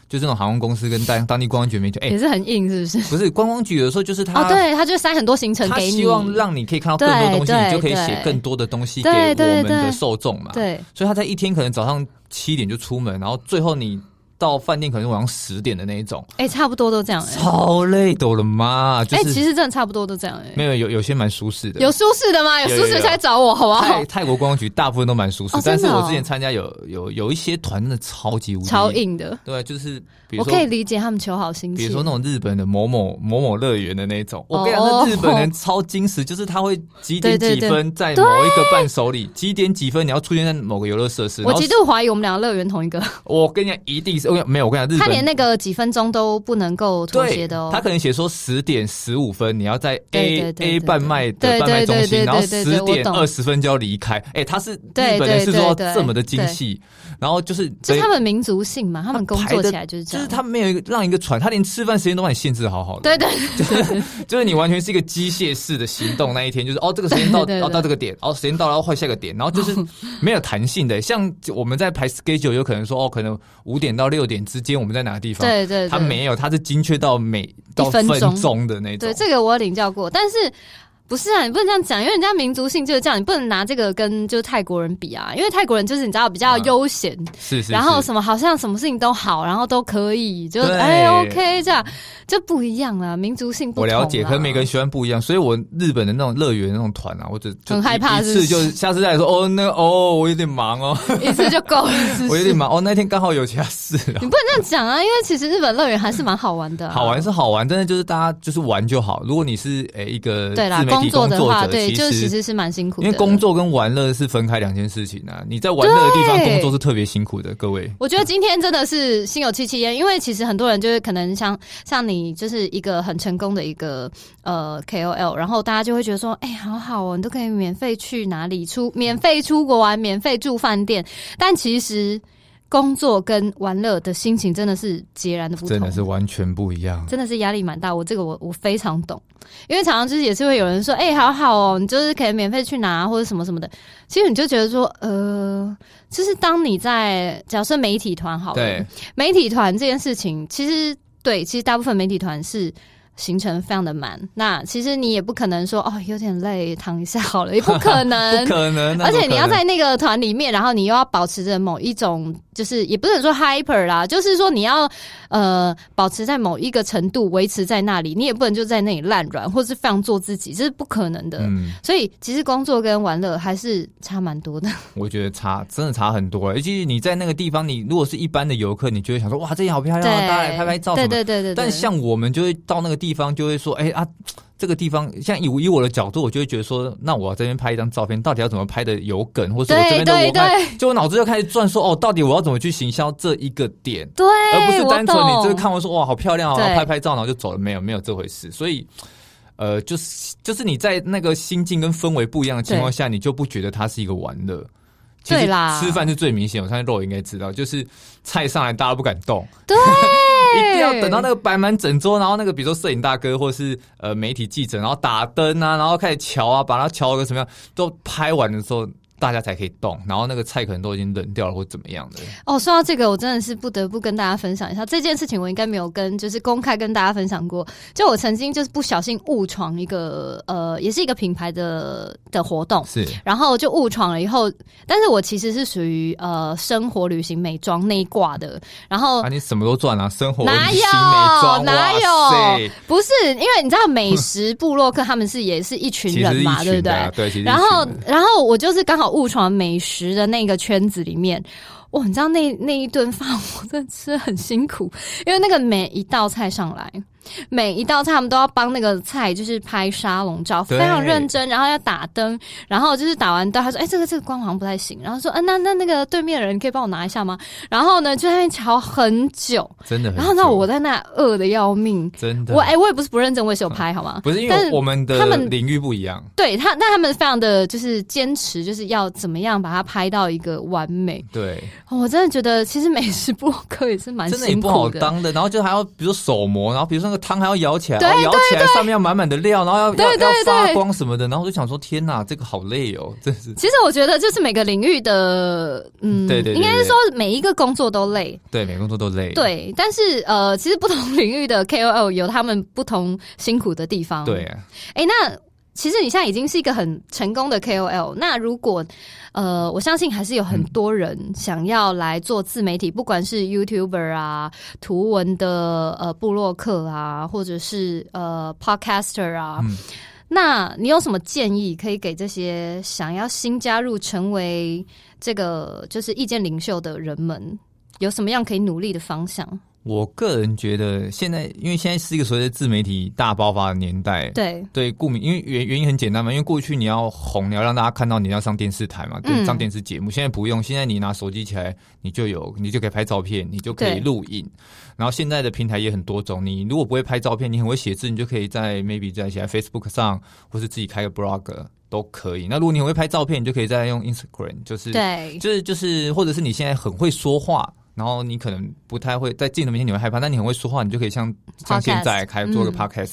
[SPEAKER 2] 就这种航空公司跟当当地观光局媒体，哎、
[SPEAKER 1] 也是很硬，是不是？
[SPEAKER 2] 不是观光局有时候就是他
[SPEAKER 1] 哦，对，他就塞很多行程
[SPEAKER 2] 他
[SPEAKER 1] 给你，
[SPEAKER 2] 希望让你可以看到更多东西，
[SPEAKER 1] 对
[SPEAKER 2] 你就可以写
[SPEAKER 1] 对
[SPEAKER 2] 更多的东西给
[SPEAKER 1] 对
[SPEAKER 2] 我们
[SPEAKER 1] 对
[SPEAKER 2] 的
[SPEAKER 1] 对
[SPEAKER 2] 受众嘛。
[SPEAKER 1] 对
[SPEAKER 2] 所以他在一天可能早上七点就出门，然后最后你到饭店可能晚上十点的那一种，
[SPEAKER 1] 哎、差不多都这样、哎
[SPEAKER 2] 超累的，我的妈！就
[SPEAKER 1] 哎、
[SPEAKER 2] 是、
[SPEAKER 1] 其实真的差不多都这样、哎，
[SPEAKER 2] 没有有有些蛮舒适的，
[SPEAKER 1] 有舒适的吗？有
[SPEAKER 2] 有
[SPEAKER 1] 舒适
[SPEAKER 2] 有
[SPEAKER 1] 才来找我，好不好
[SPEAKER 2] 泰？泰国观光局大部分都蛮舒适，
[SPEAKER 1] 哦
[SPEAKER 2] 但
[SPEAKER 1] 真
[SPEAKER 2] 是
[SPEAKER 1] 的哦
[SPEAKER 2] 我之前参加有有有一些团真的超级无敌
[SPEAKER 1] 超，硬的，
[SPEAKER 2] 对，啊就是比如
[SPEAKER 1] 我
[SPEAKER 2] 说
[SPEAKER 1] 可以理解他们求好心
[SPEAKER 2] 比
[SPEAKER 1] 切。
[SPEAKER 2] 如说那种日本的某某某某乐园的那种，我跟你讲，
[SPEAKER 1] 哦
[SPEAKER 2] 那日本人超矜持，就是他会几点
[SPEAKER 1] 对
[SPEAKER 2] 几
[SPEAKER 1] 对对
[SPEAKER 2] 分在某一个伴手礼，几点几分你要出现在某个游乐设施。
[SPEAKER 1] 我
[SPEAKER 2] 然后
[SPEAKER 1] 极度怀疑我们两个乐园同一个，
[SPEAKER 2] 我跟你讲，一定是我跟你讲没有，我跟你讲，日
[SPEAKER 1] 他连
[SPEAKER 2] 本
[SPEAKER 1] 那个几分钟都不能够妥协
[SPEAKER 2] 对
[SPEAKER 1] 的哦，。
[SPEAKER 2] 他可能写说十点十五分你要在
[SPEAKER 1] 对
[SPEAKER 2] A
[SPEAKER 1] 对对
[SPEAKER 2] A
[SPEAKER 1] 对
[SPEAKER 2] 贩卖的
[SPEAKER 1] 对
[SPEAKER 2] 贩
[SPEAKER 1] 对对
[SPEAKER 2] 卖中心，
[SPEAKER 1] 对
[SPEAKER 2] 然后
[SPEAKER 1] 对对
[SPEAKER 2] 十
[SPEAKER 1] 对我
[SPEAKER 2] 点
[SPEAKER 1] 懂
[SPEAKER 2] 二十分就要离开。哎，他是日
[SPEAKER 1] 对
[SPEAKER 2] 本人是
[SPEAKER 1] 对对
[SPEAKER 2] 做
[SPEAKER 1] 对
[SPEAKER 2] 到这么的精细，然后就是
[SPEAKER 1] 就是
[SPEAKER 2] 对
[SPEAKER 1] 他们民族性嘛，他们工作起来就是这
[SPEAKER 2] 就
[SPEAKER 1] 样。
[SPEAKER 2] 是他没有一个让一个船，他连吃饭时间都把你限制好好的。
[SPEAKER 1] 对对
[SPEAKER 2] 就是你完全是一个机械式的行动，那一天就是哦，这个时 间到，
[SPEAKER 1] 对对对
[SPEAKER 2] 然后到这个点，哦然后时间到了，然后换下一个点，然后就是 没有弹性的。像我们在排 schedule，有可能说哦，可能五点到六点之间我们在哪个地方，
[SPEAKER 1] 对对对，
[SPEAKER 2] 它没有，它是精确到每到分
[SPEAKER 1] 分钟
[SPEAKER 2] 钟的那种
[SPEAKER 1] 对，这个我有领教过，但是。不是啊，你不能这样讲，因为人家民族性就是这样，你不能拿这个跟就是泰国人比啊，因为泰国人就是你知道比较
[SPEAKER 2] 嗯
[SPEAKER 1] 悠闲，
[SPEAKER 2] 是是是，
[SPEAKER 1] 然后什么啊好像什么事情都好，然后都可以，就
[SPEAKER 2] 对
[SPEAKER 1] 哎 OK 这样就不一样啦，民族性不
[SPEAKER 2] 我
[SPEAKER 1] 同啦
[SPEAKER 2] 了解，可能每个人喜欢不一样，所以我日本的那种乐园那种团啊，我就就
[SPEAKER 1] 很害怕
[SPEAKER 2] 一一
[SPEAKER 1] 是不
[SPEAKER 2] 次
[SPEAKER 1] 是
[SPEAKER 2] 就是下次再说哦，那个哦，我有点 忙哦，
[SPEAKER 1] 一次就够了，是不
[SPEAKER 2] 我有
[SPEAKER 1] 是？
[SPEAKER 2] 点忙哦，那天刚好有其他 事啊
[SPEAKER 1] 你不能这样讲啊，因为其实日本乐园还是蛮好玩的啊、
[SPEAKER 2] 好玩是好玩，但是就是大家就是玩就好。如果你是诶、一个
[SPEAKER 1] 对啦
[SPEAKER 2] 自，媒
[SPEAKER 1] 工
[SPEAKER 2] 体工
[SPEAKER 1] 的
[SPEAKER 2] 作
[SPEAKER 1] 话，
[SPEAKER 2] 者，
[SPEAKER 1] 对，
[SPEAKER 2] 其
[SPEAKER 1] 就
[SPEAKER 2] 实
[SPEAKER 1] 其实是蛮辛苦的。
[SPEAKER 2] 因为工，作跟玩乐是分开两件事情啊。你在玩乐的地方
[SPEAKER 1] 对
[SPEAKER 2] 工作是特别辛苦的，各位。
[SPEAKER 1] 我觉得今天真的是心有戚戚焉，因为其实很多人就是可能像像你，就是一个很成功的一个呃 KOL，然后大家就会觉得说，哎、好好哦，你都可以免费去哪里出，免费出国玩，免费住饭店，但其实工作跟玩乐的心情真的是截然的不同，
[SPEAKER 2] 真的是完全不一样，
[SPEAKER 1] 真的是压力蛮大，我这个我我非常懂，因为常常就是也是会有人说，哎、好好哦，你就是可以免费去拿或者什么什么的。其实你就觉得说，呃，就是当你在假设媒体团好了
[SPEAKER 2] 对，，
[SPEAKER 1] 媒体团这件事情，其实对，其实大部分媒体团是行程非常的满，那其实你也不可能说哦有点累躺一下好了，也不可能
[SPEAKER 2] 不。可能啊。
[SPEAKER 1] 而且你要
[SPEAKER 2] 不可能
[SPEAKER 1] 在那个团里面，然后你又要保持着某一种，就是也不能说 hyper 啦，就是说你要呃保持在某一个程度，维持在那里，你也不能就在那里烂软，或是非常做自己，这是不可能的。
[SPEAKER 2] 嗯，
[SPEAKER 1] 所以其实工作跟玩乐还是差蛮多 的。
[SPEAKER 2] 我觉得差真的差很多、而且你在那个地方，你如果是一般的游客，你就会想说哇，这里好漂亮、啊，大家来拍拍照什
[SPEAKER 1] 对
[SPEAKER 2] 么
[SPEAKER 1] 对
[SPEAKER 2] 的。
[SPEAKER 1] 对对对。
[SPEAKER 2] 但像我们就会到那个地方，就会说，哎、啊，这个地方，像以我以我的角度，我就会觉得说，那我要这边拍一张照片，到底要怎么拍的有梗，或者我这
[SPEAKER 1] 对
[SPEAKER 2] 边的
[SPEAKER 1] 对
[SPEAKER 2] 我看，
[SPEAKER 1] 对
[SPEAKER 2] 就我脑子就开始转，说，哦，到底我要怎么去行销这一个点，
[SPEAKER 1] 对，
[SPEAKER 2] 而不是单纯
[SPEAKER 1] 我
[SPEAKER 2] 你
[SPEAKER 1] 懂
[SPEAKER 2] 这个看完说，哇，好漂亮哦，
[SPEAKER 1] 对
[SPEAKER 2] 然后拍拍照，然后就走了，没有没有这回事，所以。呃，就是就是你在那个心境跟氛围不一样的情况下，你就不觉得它是一个玩乐。其实
[SPEAKER 1] 对啦
[SPEAKER 2] 吃饭是最明显，我相信肉应该知道，就是菜上来大家不敢动，
[SPEAKER 1] 对
[SPEAKER 2] 一定要等到那个摆满整桌，然后那个比如说摄影大哥或是啊呃媒体记者，然后打灯啊，然后开始瞧啊，把它瞧个什么样，都拍完的时候，大家才可以动，然后那个菜可能都已经冷掉了或怎么样的。
[SPEAKER 1] 哦，说到这个，我真的是不得不跟大家分享一下这件事情，我应该没有跟就是公开跟大家分享过。就我曾经就是不小心误闯一个呃，也是一个品牌的的活动，
[SPEAKER 2] 是
[SPEAKER 1] 然后就误闯了以后，但是我其实是属于呃生活、旅行、美妆那一挂的，然后
[SPEAKER 2] 啊，你什么都赚啊，生活、
[SPEAKER 1] 哦哪
[SPEAKER 2] 旅行美
[SPEAKER 1] 有
[SPEAKER 2] 妆
[SPEAKER 1] 哪
[SPEAKER 2] 哇
[SPEAKER 1] 有
[SPEAKER 2] 塞？
[SPEAKER 1] 不是，因为你知道美食部落客他们是也是一群
[SPEAKER 2] 其实
[SPEAKER 1] 人
[SPEAKER 2] 是一
[SPEAKER 1] 嘛，对
[SPEAKER 2] 群
[SPEAKER 1] 不对
[SPEAKER 2] 的？啊对，其实是
[SPEAKER 1] 然后
[SPEAKER 2] 一群的，
[SPEAKER 1] 然后我就是刚好误闯美食的那个圈子里面。哇，你知道那那一顿饭 我真的吃得很辛苦，因为那个每一道菜上来，每一道菜他们都要帮那个菜就是拍沙龙照，非
[SPEAKER 2] 对
[SPEAKER 1] 常认真，然后要打灯，然后就是打完灯，他说：“哎、这个这个光好像不太行。”然后说：“嗯、那那那个对面的人，你可以帮我拿一下吗？”然后呢，就在那边瞧很久，
[SPEAKER 2] 真的很久，
[SPEAKER 1] 然后呢，我在那饿的要命。
[SPEAKER 2] 真的
[SPEAKER 1] 我哎、我也不是不认真，我也是有拍，好吗？
[SPEAKER 2] 不是因
[SPEAKER 1] 但
[SPEAKER 2] 为我们的
[SPEAKER 1] 他们
[SPEAKER 2] 领域不一样，
[SPEAKER 1] 对他，但他们非常的就是坚持，就是要怎么样把它拍到一个完美。
[SPEAKER 2] 对，
[SPEAKER 1] 哦我真的觉得，其实美食播客也是蛮
[SPEAKER 2] 真的也
[SPEAKER 1] 辛
[SPEAKER 2] 不好
[SPEAKER 1] 苦的。
[SPEAKER 2] 当的。然后就还要比如说手磨，然后比如说那个汤还要舀起来，哦
[SPEAKER 1] 对
[SPEAKER 2] 然后舀起来上面要满满的料，然后要
[SPEAKER 1] 对
[SPEAKER 2] 要
[SPEAKER 1] 对
[SPEAKER 2] 要发
[SPEAKER 1] 对
[SPEAKER 2] 光什么的。然后我就想说，天哪，这个好累哦，真是。
[SPEAKER 1] 其实我觉得，就是每个领域的，嗯，
[SPEAKER 2] 对对
[SPEAKER 1] 应
[SPEAKER 2] 对
[SPEAKER 1] 该是说每一个工作都累，
[SPEAKER 2] 对，每个工作都累。
[SPEAKER 1] 对。但是呃，其实不同领域的 KOL 有他们不同辛苦的地方。
[SPEAKER 2] 对，啊
[SPEAKER 1] 哎、那其实你现在已经是一个很成功的 KOL。那如果呃，我相信还是有很多人想要来做自媒体，不管是 YouTuber 啊、图文的呃部落客啊，或者是呃 Podcaster 啊。
[SPEAKER 2] 嗯
[SPEAKER 1] 那你有什么建议可以给这些想要新加入成为这个就是意见领袖的人们，有什么样可以努力的方向？
[SPEAKER 2] 我个人觉得现在，因为现在是一个所谓的自媒体大爆发的年代，
[SPEAKER 1] 对，
[SPEAKER 2] 对，顾名，因为原原因很简单嘛，因为过去你要红，你要让大家看到你要上电视台嘛，
[SPEAKER 1] 嗯
[SPEAKER 2] 对，上电视节目。现在不用，现在你拿手机起来，你就有，你就可以拍照片，你就可
[SPEAKER 1] 对
[SPEAKER 2] 以录影。然后现在的平台也很多种，你如果不会拍照片，你很会写字，你就可以在 maybe 在写在 Facebook 上，或是自己开个 blog 都可以。那如果你很会拍照片，你就可以再用 Instagram，就是
[SPEAKER 1] 对，
[SPEAKER 2] 就是就是，或者是你现在很会说话，然后你可能不太会在镜头面前你会害怕，但你很会说话，你就可以像像
[SPEAKER 1] Podcast，
[SPEAKER 2] 现在开做个
[SPEAKER 1] 嗯
[SPEAKER 2] podcast、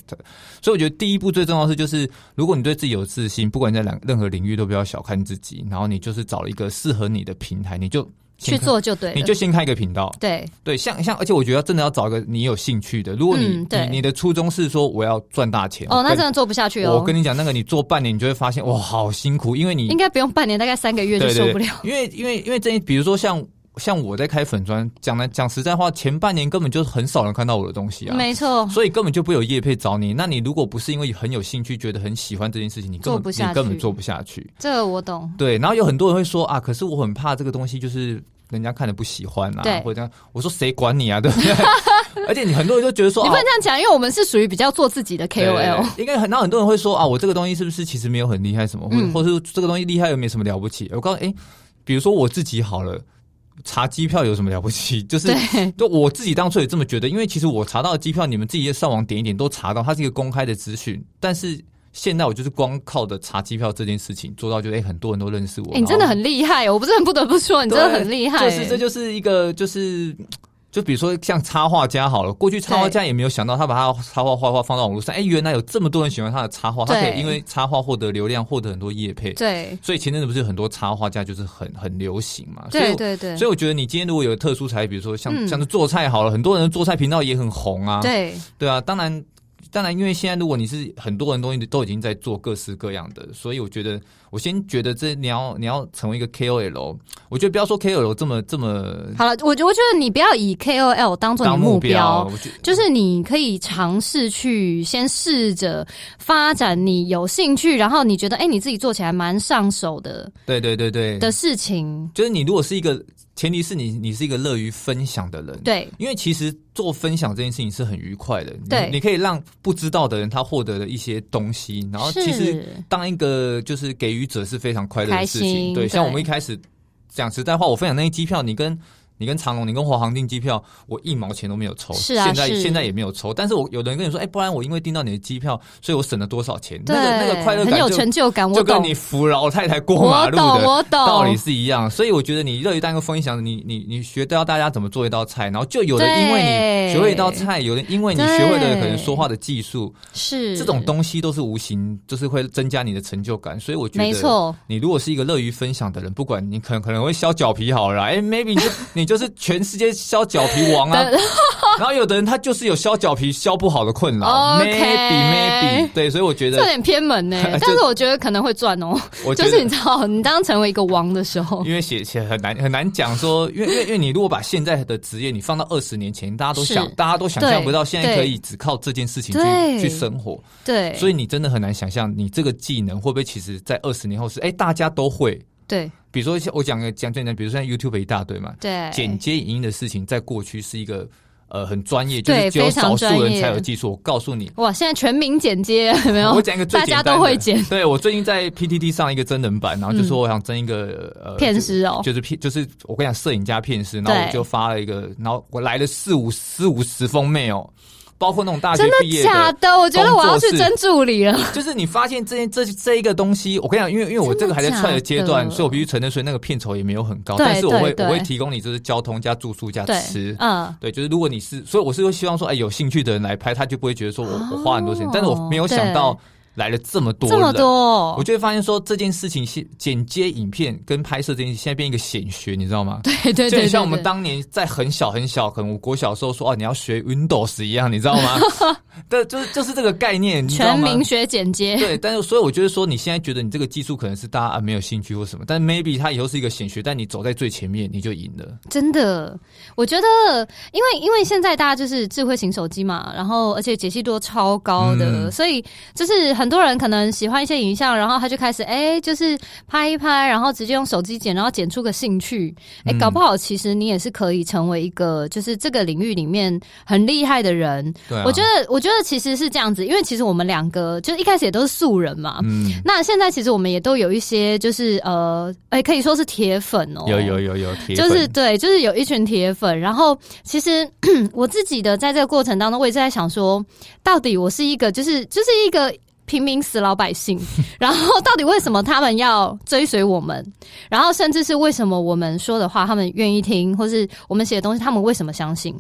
[SPEAKER 2] 所以我觉得第一步最重要的是，就是如果你对自己有自信，不管你在哪任何领域都不要小看自己，然后你就是找一个适合你的平台，你就先
[SPEAKER 1] 去
[SPEAKER 2] 开。
[SPEAKER 1] 做就对了。
[SPEAKER 2] 你就先开一个频道，
[SPEAKER 1] 对，
[SPEAKER 2] 对，像像，而且我觉得真的要找一个你有兴趣的。如果你、
[SPEAKER 1] 嗯对
[SPEAKER 2] 你你的初衷是说我要赚大钱，
[SPEAKER 1] 哦，那
[SPEAKER 2] 跟
[SPEAKER 1] 真的做不下去哦。
[SPEAKER 2] 我跟你讲，那个你做半年，你就会发现哇，好辛苦，因为你
[SPEAKER 1] 应该不用半年，大概三个月就
[SPEAKER 2] 对
[SPEAKER 1] 受
[SPEAKER 2] 对
[SPEAKER 1] 不
[SPEAKER 2] 对
[SPEAKER 1] 了。
[SPEAKER 2] 因为因为因为这，比如说像像我在开粉砖，讲来讲实在话，前半年根本就很少人看到我的东西啊。
[SPEAKER 1] 没错，
[SPEAKER 2] 所以根本就不会有业配找你。那你如果不是因为很有兴趣，觉得很喜欢这件事情，你根
[SPEAKER 1] 做不
[SPEAKER 2] 本
[SPEAKER 1] 下
[SPEAKER 2] 你根本
[SPEAKER 1] 去
[SPEAKER 2] 做不下去。
[SPEAKER 1] 这个我懂。
[SPEAKER 2] 对，然后有很多人会说啊，可是我很怕这个东西就是人家看了不喜欢
[SPEAKER 1] 对
[SPEAKER 2] 啊，或者这样。我说谁管你啊，对不对？而且你很多人就觉得说，
[SPEAKER 1] 你
[SPEAKER 2] 啊
[SPEAKER 1] 不能这样讲，因为我们是属于比较做自己的
[SPEAKER 2] 对对
[SPEAKER 1] KOL。
[SPEAKER 2] 对应该很，那很多人会说啊，我这个东西是不是其实没有很厉害什么，或、
[SPEAKER 1] 嗯
[SPEAKER 2] 或是这个东西厉害又没什么了不起？我告诉你，哎，比如说我自己好了，查机票有什么了不起？ 就是
[SPEAKER 1] 对，
[SPEAKER 2] 就我自己当初也这么觉得，因为其实我查到的机票，你们自己上网点一点都查到，它是一个公开的资讯，但是。现在我就是光靠着查机票这件事情做到，觉得哎、诶很多人都认识我。
[SPEAKER 1] 哎你真的
[SPEAKER 2] 然后
[SPEAKER 1] 很厉害，我不是很不得不说，你真的很厉害。欸
[SPEAKER 2] 就是这就是一个就是。就比如说像插画家好了，过去插画家也没有想到他把他插画画画放到网络上，哎、原来有这么多人喜欢他的插画，他可
[SPEAKER 1] 对
[SPEAKER 2] 以因为插画获得流量，获得很多业配。
[SPEAKER 1] 对，
[SPEAKER 2] 所以前阵子不是有很多插画家就是很很流行嘛，所以
[SPEAKER 1] 对
[SPEAKER 2] 我
[SPEAKER 1] 对对
[SPEAKER 2] 所以我觉得你今天如果有特殊才艺，比如说像、
[SPEAKER 1] 嗯
[SPEAKER 2] 像是做菜好了，很多人做菜频道也很红啊，
[SPEAKER 1] 对，
[SPEAKER 2] 对啊，当然，当然，因为现在如果你是很多人东西都已经在做各式各样的，所以我觉得，我先觉得这你要你要成为一个 KOL，我觉得不要说 KOL 这么这么
[SPEAKER 1] 好了，我觉我觉得你不要以 KOL 当做你
[SPEAKER 2] 当
[SPEAKER 1] 的目
[SPEAKER 2] 标，
[SPEAKER 1] 标。
[SPEAKER 2] 我觉得
[SPEAKER 1] 就是你可以尝试去先试着发展你有兴趣，然后你觉得哎、诶你自己做起来蛮上手的
[SPEAKER 2] 对对对对，
[SPEAKER 1] 的事情，
[SPEAKER 2] 就是你如果是一个前提是你你是一个乐于分享的人，
[SPEAKER 1] 对
[SPEAKER 2] 因为其实做分享这件事情是很愉快的，你
[SPEAKER 1] 对
[SPEAKER 2] 你可以让不知道的人他获得了一些东西，然后其实
[SPEAKER 1] 是
[SPEAKER 2] 当一个就是给予者是非常快乐的事
[SPEAKER 1] 开心
[SPEAKER 2] 情。对，像
[SPEAKER 1] 对
[SPEAKER 2] 我们一开始讲实在话，我分享那些机票，你跟你跟长龙，你跟华航订机票，我一毛钱都没有抽，
[SPEAKER 1] 是啊
[SPEAKER 2] 现在
[SPEAKER 1] 是
[SPEAKER 2] 现在也没有抽，但是我有人跟你说，哎、不然我因为订到你的机票，所以我省了多少钱，
[SPEAKER 1] 对，
[SPEAKER 2] 那个那个快乐
[SPEAKER 1] 很
[SPEAKER 2] 感
[SPEAKER 1] 有
[SPEAKER 2] 就
[SPEAKER 1] 成就感，我
[SPEAKER 2] 就跟
[SPEAKER 1] 懂
[SPEAKER 2] 你。扶老太太过马
[SPEAKER 1] 我
[SPEAKER 2] 路
[SPEAKER 1] 懂，
[SPEAKER 2] 的
[SPEAKER 1] 我懂，
[SPEAKER 2] 道理是一样，所以我觉得你热一蛋跟风一响，你你你学到大家怎么做一道菜，然后就有人因为
[SPEAKER 1] 对
[SPEAKER 2] 你学会一道菜，有人因为你
[SPEAKER 1] 对
[SPEAKER 2] 学会了可能说话的技术，
[SPEAKER 1] 是
[SPEAKER 2] 这种东西都是无形，就是会增加你的成就感。所以我觉得，
[SPEAKER 1] 没错，
[SPEAKER 2] 你如果是一个乐于分享的人，不管你可能可能会削脚皮好了啦，哎、m a y b e 你就你就是全世界削脚皮 王啊。然后有的人他就是有削脚皮削不好的困扰
[SPEAKER 1] 哦 OK
[SPEAKER 2] ，maybe maybe，对，所以我觉
[SPEAKER 1] 这有
[SPEAKER 2] 得，
[SPEAKER 1] 点偏门 呢、
[SPEAKER 2] 就
[SPEAKER 1] 但是我觉得可能会赚哦、
[SPEAKER 2] 我觉
[SPEAKER 1] 就
[SPEAKER 2] 得
[SPEAKER 1] 是你知道，你当成为一个王的时候，
[SPEAKER 2] 因为写写很难很难讲说，因为因为因为你如果把现在的职业你放到二十年前，大家都想
[SPEAKER 1] 是
[SPEAKER 2] 大家都想象不到，
[SPEAKER 1] 对
[SPEAKER 2] 现在可以只靠这件事情
[SPEAKER 1] 对
[SPEAKER 2] 去去生活，
[SPEAKER 1] 对，
[SPEAKER 2] 所
[SPEAKER 1] 以
[SPEAKER 2] 以你真的很难想象你这个技能会不会其实在二十年后是哎、大家都会，
[SPEAKER 1] 对
[SPEAKER 2] 比如说像我讲个讲最简单，比如说像 YouTube 一大堆嘛，
[SPEAKER 1] 对，
[SPEAKER 2] 剪接影音的事情在过去是一个呃很专业，就
[SPEAKER 1] 对
[SPEAKER 2] 是只有
[SPEAKER 1] 非常
[SPEAKER 2] 少数
[SPEAKER 1] 专
[SPEAKER 2] 人
[SPEAKER 1] 业
[SPEAKER 2] 才有技术。我告诉你，
[SPEAKER 1] 哇，现在全民剪接有没有？
[SPEAKER 2] 我讲一个最
[SPEAKER 1] 大
[SPEAKER 2] 简
[SPEAKER 1] 家
[SPEAKER 2] 单的
[SPEAKER 1] 都会剪嗯
[SPEAKER 2] 对我最近在 PTT 上一个真人版，然后就说我想争一个、呃
[SPEAKER 1] 片师哦、
[SPEAKER 2] 就是片，就是我跟你讲，摄影加片师，然后
[SPEAKER 1] 对
[SPEAKER 2] 我就发了一个，然后我来了四五四五十封 mail，包括那种大学
[SPEAKER 1] 真
[SPEAKER 2] 毕业
[SPEAKER 1] 的假的？我觉得我要去
[SPEAKER 2] 工作室
[SPEAKER 1] 争助理了。
[SPEAKER 2] 就是你发现这这这一个东西，我跟你讲，因为因为我这个还在踹的阶
[SPEAKER 1] 真的假
[SPEAKER 2] 段，
[SPEAKER 1] 的
[SPEAKER 2] 所以我必须承认，所以那个片酬也没有很高，
[SPEAKER 1] 对
[SPEAKER 2] 但是我会
[SPEAKER 1] 对对
[SPEAKER 2] 我会提供你就是交通加住宿加
[SPEAKER 1] 对，
[SPEAKER 2] 吃。
[SPEAKER 1] 嗯，
[SPEAKER 2] 对，就是如果你是，所以我是会希望说，哎，有兴趣的人来拍，他就不会觉得说我我花很多钱
[SPEAKER 1] 哦，
[SPEAKER 2] 但是我没有想到来了这么多
[SPEAKER 1] 这
[SPEAKER 2] 人，
[SPEAKER 1] 么多
[SPEAKER 2] 我
[SPEAKER 1] 哦，
[SPEAKER 2] 就会发现说这件事情是剪接影片跟拍摄这件事，现在变一个显学，你知道吗？
[SPEAKER 1] 对对对
[SPEAKER 2] 就
[SPEAKER 1] 对，
[SPEAKER 2] 很像我们
[SPEAKER 1] 对
[SPEAKER 2] 当年在很小很小，可能我国小的时候说哦、你要学 Windows 一样，你知道吗？ 对，就是就是这个概念，你知道
[SPEAKER 1] 全
[SPEAKER 2] 吗？
[SPEAKER 1] 民学剪 接，
[SPEAKER 2] 对，但是所以我觉得说，你现在觉得你这个技术可能是大家啊没有兴趣或什么，但 maybe 它以后是一个显学，但你走在最前面，你就赢了。
[SPEAKER 1] 真的，我觉得，因为因为现在大家就是智慧型手机嘛，然后而且解析度超高的，
[SPEAKER 2] 嗯
[SPEAKER 1] 所以就是很多人可能喜欢一些影像，然后他就开始哎、就是拍一拍，然后直接用手机剪，然后剪出个兴趣，哎、
[SPEAKER 2] 嗯
[SPEAKER 1] 搞不好其实你也是可以成为一个就是这个领域里面很厉害的人。
[SPEAKER 2] 对、啊，
[SPEAKER 1] 我觉得，我觉得其实是这样子，因为其实我们两个就一开始也都是素人嘛，
[SPEAKER 2] 嗯，
[SPEAKER 1] 那现在其实我们也都有一些，就是呃，哎、可以说是铁粉哦、
[SPEAKER 2] 有有有有，铁
[SPEAKER 1] 就是
[SPEAKER 2] 粉
[SPEAKER 1] 对，就是有一群铁粉。然后其实 我自己的在这个过程当中，我也是在想说，到底我是一个就是就是一个。平民死老百姓，然后到底为什么他们要追随我们？然后甚至是为什么我们说的话他们愿意听，或是我们写的东西他们为什么相信？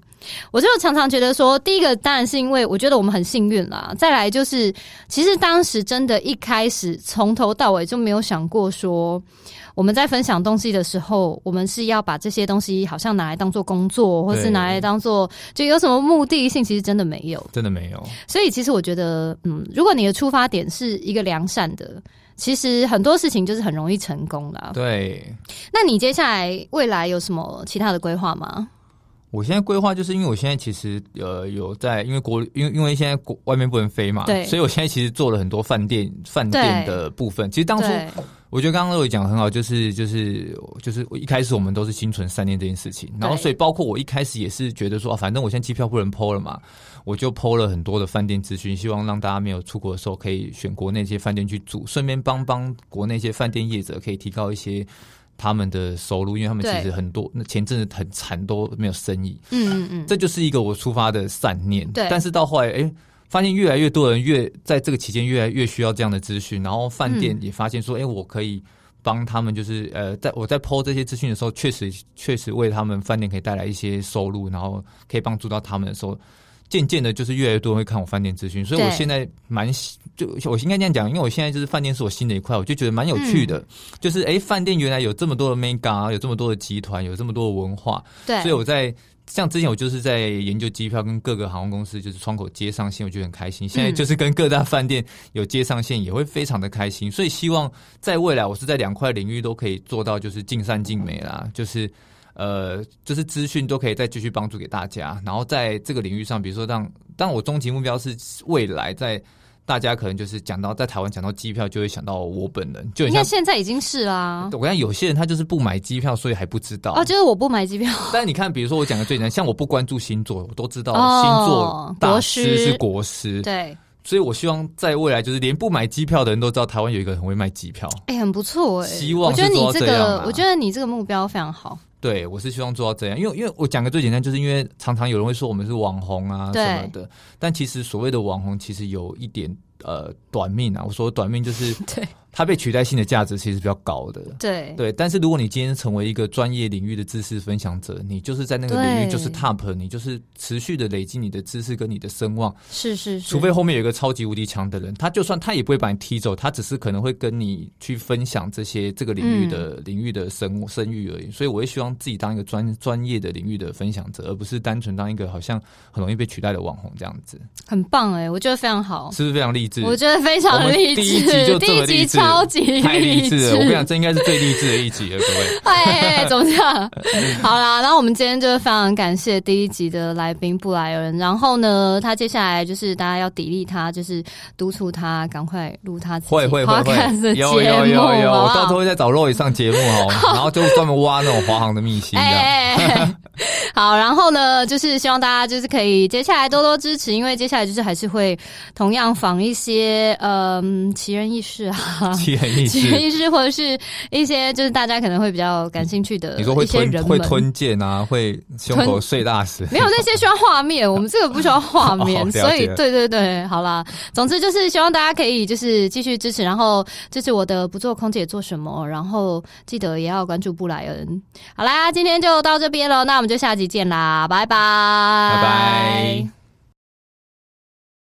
[SPEAKER 1] 我就常常觉得说，第一个当然是因为我觉得我们很幸运啦，再来就是其实当时真的一开始从头到尾就没有想过说，我们在分享东西的时候，我们是要把这些东西好像拿来当做工作，或是
[SPEAKER 2] 对
[SPEAKER 1] 拿来当做就有什么目的性，其实真的没有。
[SPEAKER 2] 真的没有，
[SPEAKER 1] 所以其实我觉得，嗯，如果你的出发点是一个良善的，其实很多事情就是很容易成功啦。
[SPEAKER 2] 对。
[SPEAKER 1] 那你接下来未来有什么其他的规划吗？
[SPEAKER 2] 我现在规划就是因为我现在其实呃有在，因为国因为因为现在国外面不能飞嘛，
[SPEAKER 1] 对
[SPEAKER 2] 所以我现在其实做了很多饭店饭店
[SPEAKER 1] 对
[SPEAKER 2] 的部分。其实当初
[SPEAKER 1] 对
[SPEAKER 2] 我觉得刚刚我讲得很好，就是就是就是我一开始我们都是心存善念这件事情，然后
[SPEAKER 1] 对
[SPEAKER 2] 所以包括我一开始也是觉得说，啊、反正我现在机票不能抛了嘛，我就抛了很多的饭店资讯，希望让大家没有出国的时候可以选国内一些饭店去住，顺便帮帮国内一些饭店业者可以提高一些他们的收入，因为他们
[SPEAKER 1] 对
[SPEAKER 2] 其实很多那前阵子很惨，都没有生意，
[SPEAKER 1] 嗯嗯嗯，
[SPEAKER 2] 这就是一个我出发的善念。
[SPEAKER 1] 对
[SPEAKER 2] 但是到后来，哎，发现越来越多人越在这个期间越来越需要这样的资讯，然后饭店
[SPEAKER 1] 嗯
[SPEAKER 2] 也发现说，哎、我可以。帮他们就是呃，在我在抛这些资讯的时候，确实确实为他们饭店可以带来一些收入，然后可以帮助到他们的时候，渐渐的就是越来越多人会看我饭店资讯，所以我
[SPEAKER 1] 对
[SPEAKER 2] 现在蛮喜就我应该这样讲，因为我现在就是饭店是我新的一块，我就觉得蛮有趣的，就是哎，饭店原来有这么多的 mega，有这么多的集团，有这么多的文化，
[SPEAKER 1] 对，
[SPEAKER 2] 所以我在像之前我就是在研究机票跟各个航空公司就是窗口接上线，我觉得很开心。
[SPEAKER 1] 嗯
[SPEAKER 2] 现在就是跟各大饭店有接上线，也会非常的开心。所以希望在未来，我是在两块领域都可以做到，就是尽善尽美啦，就是。呃，就是资讯都可以再继续帮助给大家，然后在这个领域上，比如说让，但我终极目标是未来在大家可能就是讲到在台湾讲到机票，就会想到我本人，就很
[SPEAKER 1] 应该
[SPEAKER 2] 像
[SPEAKER 1] 现在已经是啦。
[SPEAKER 2] 我看有些人他就是不买机票，所以还不知道
[SPEAKER 1] 哦，就是我不买机票，
[SPEAKER 2] 但你看，比如说我讲的最难，像我不关注星座，我都知道
[SPEAKER 1] 哦
[SPEAKER 2] 星座大
[SPEAKER 1] 国
[SPEAKER 2] 师
[SPEAKER 1] 师
[SPEAKER 2] 是国师，
[SPEAKER 1] 对，
[SPEAKER 2] 所以我希望在未来，就是连不买机票的人都知道台湾有一个很会卖机票。
[SPEAKER 1] 哎、很不错哎、
[SPEAKER 2] 希
[SPEAKER 1] 我
[SPEAKER 2] 望是
[SPEAKER 1] 觉得你
[SPEAKER 2] 做到
[SPEAKER 1] 这
[SPEAKER 2] 这样啊
[SPEAKER 1] 个
[SPEAKER 2] 啦，
[SPEAKER 1] 我觉得你这个目标非常好。
[SPEAKER 2] 对，我是希望做到这样，因为因为我讲个最简单，就是因为常常有人会说我们是网红啊
[SPEAKER 1] 对
[SPEAKER 2] 什么的，但其实所谓的网红其实有一点呃短命啊。我说短命就是
[SPEAKER 1] 对
[SPEAKER 2] 它被取代性的价值其实比较高的。
[SPEAKER 1] 对
[SPEAKER 2] 对，但是如果你今天成为一个专业领域的知识分享者，你就是在那个领域
[SPEAKER 1] 对
[SPEAKER 2] 就是 top，你就是持续的累积你的知识跟你的声望，
[SPEAKER 1] 是是是，
[SPEAKER 2] 除非后面有一个超级无敌强的人，他就算他也不会把你踢走，他只是可能会跟你去分享这些这个领
[SPEAKER 1] 嗯
[SPEAKER 2] 域的、领域的声声誉而已。所以我会希望自己当一个专专业的领域的分享者，而不是单纯当一个好像很容易被取代的网红这样子，
[SPEAKER 1] 很棒哎、我觉得非常好，
[SPEAKER 2] 是不是非常励志？
[SPEAKER 1] 我觉得非常励志，
[SPEAKER 2] 我们第一集就这么
[SPEAKER 1] 第一集
[SPEAKER 2] 励志
[SPEAKER 1] 超级
[SPEAKER 2] 太励
[SPEAKER 1] 志
[SPEAKER 2] 志了！我跟你讲，这应该是最励志的一集了，各位。
[SPEAKER 1] 哎哎，哎怎么这样？ 好啦，然后我们今天就是非常感谢第一集的来宾布莱恩。然后呢，他接下来就是大家要砥砺他，就是督促他赶快录他自己
[SPEAKER 2] 会会会
[SPEAKER 1] podcast 的
[SPEAKER 2] 会，
[SPEAKER 1] 节
[SPEAKER 2] 有有
[SPEAKER 1] 目，
[SPEAKER 2] 有有，
[SPEAKER 1] 好不
[SPEAKER 2] 我
[SPEAKER 1] 好
[SPEAKER 2] 到时候会再找 Roy 上节目哦，然后就专门挖那种华航的秘辛这样。
[SPEAKER 1] 哎哎哎好，然后呢，就是希望大家就是可以接下来多多支持，因为接下来就是还是会同样仿一些嗯奇人异事啊。
[SPEAKER 2] 奇人 异
[SPEAKER 1] 奇人
[SPEAKER 2] 事，
[SPEAKER 1] 异事，或者是一些就是大家可能会比较感兴趣的
[SPEAKER 2] 你说会
[SPEAKER 1] 一些
[SPEAKER 2] 吞
[SPEAKER 1] 人
[SPEAKER 2] 会
[SPEAKER 1] 们，
[SPEAKER 2] 吞剑啊，会胸口碎大石，
[SPEAKER 1] 没有那些需要画 面，我们这个不需要画面，
[SPEAKER 2] 哦了解
[SPEAKER 1] 所以对对对，好啦，总之就是希望大家可以就是继续支持，然后支持我的不做空姐做什么，然后记得也要关注布莱恩。好啦，今天就到这边了，那我们就下集见啦，拜拜，拜
[SPEAKER 2] 拜拜。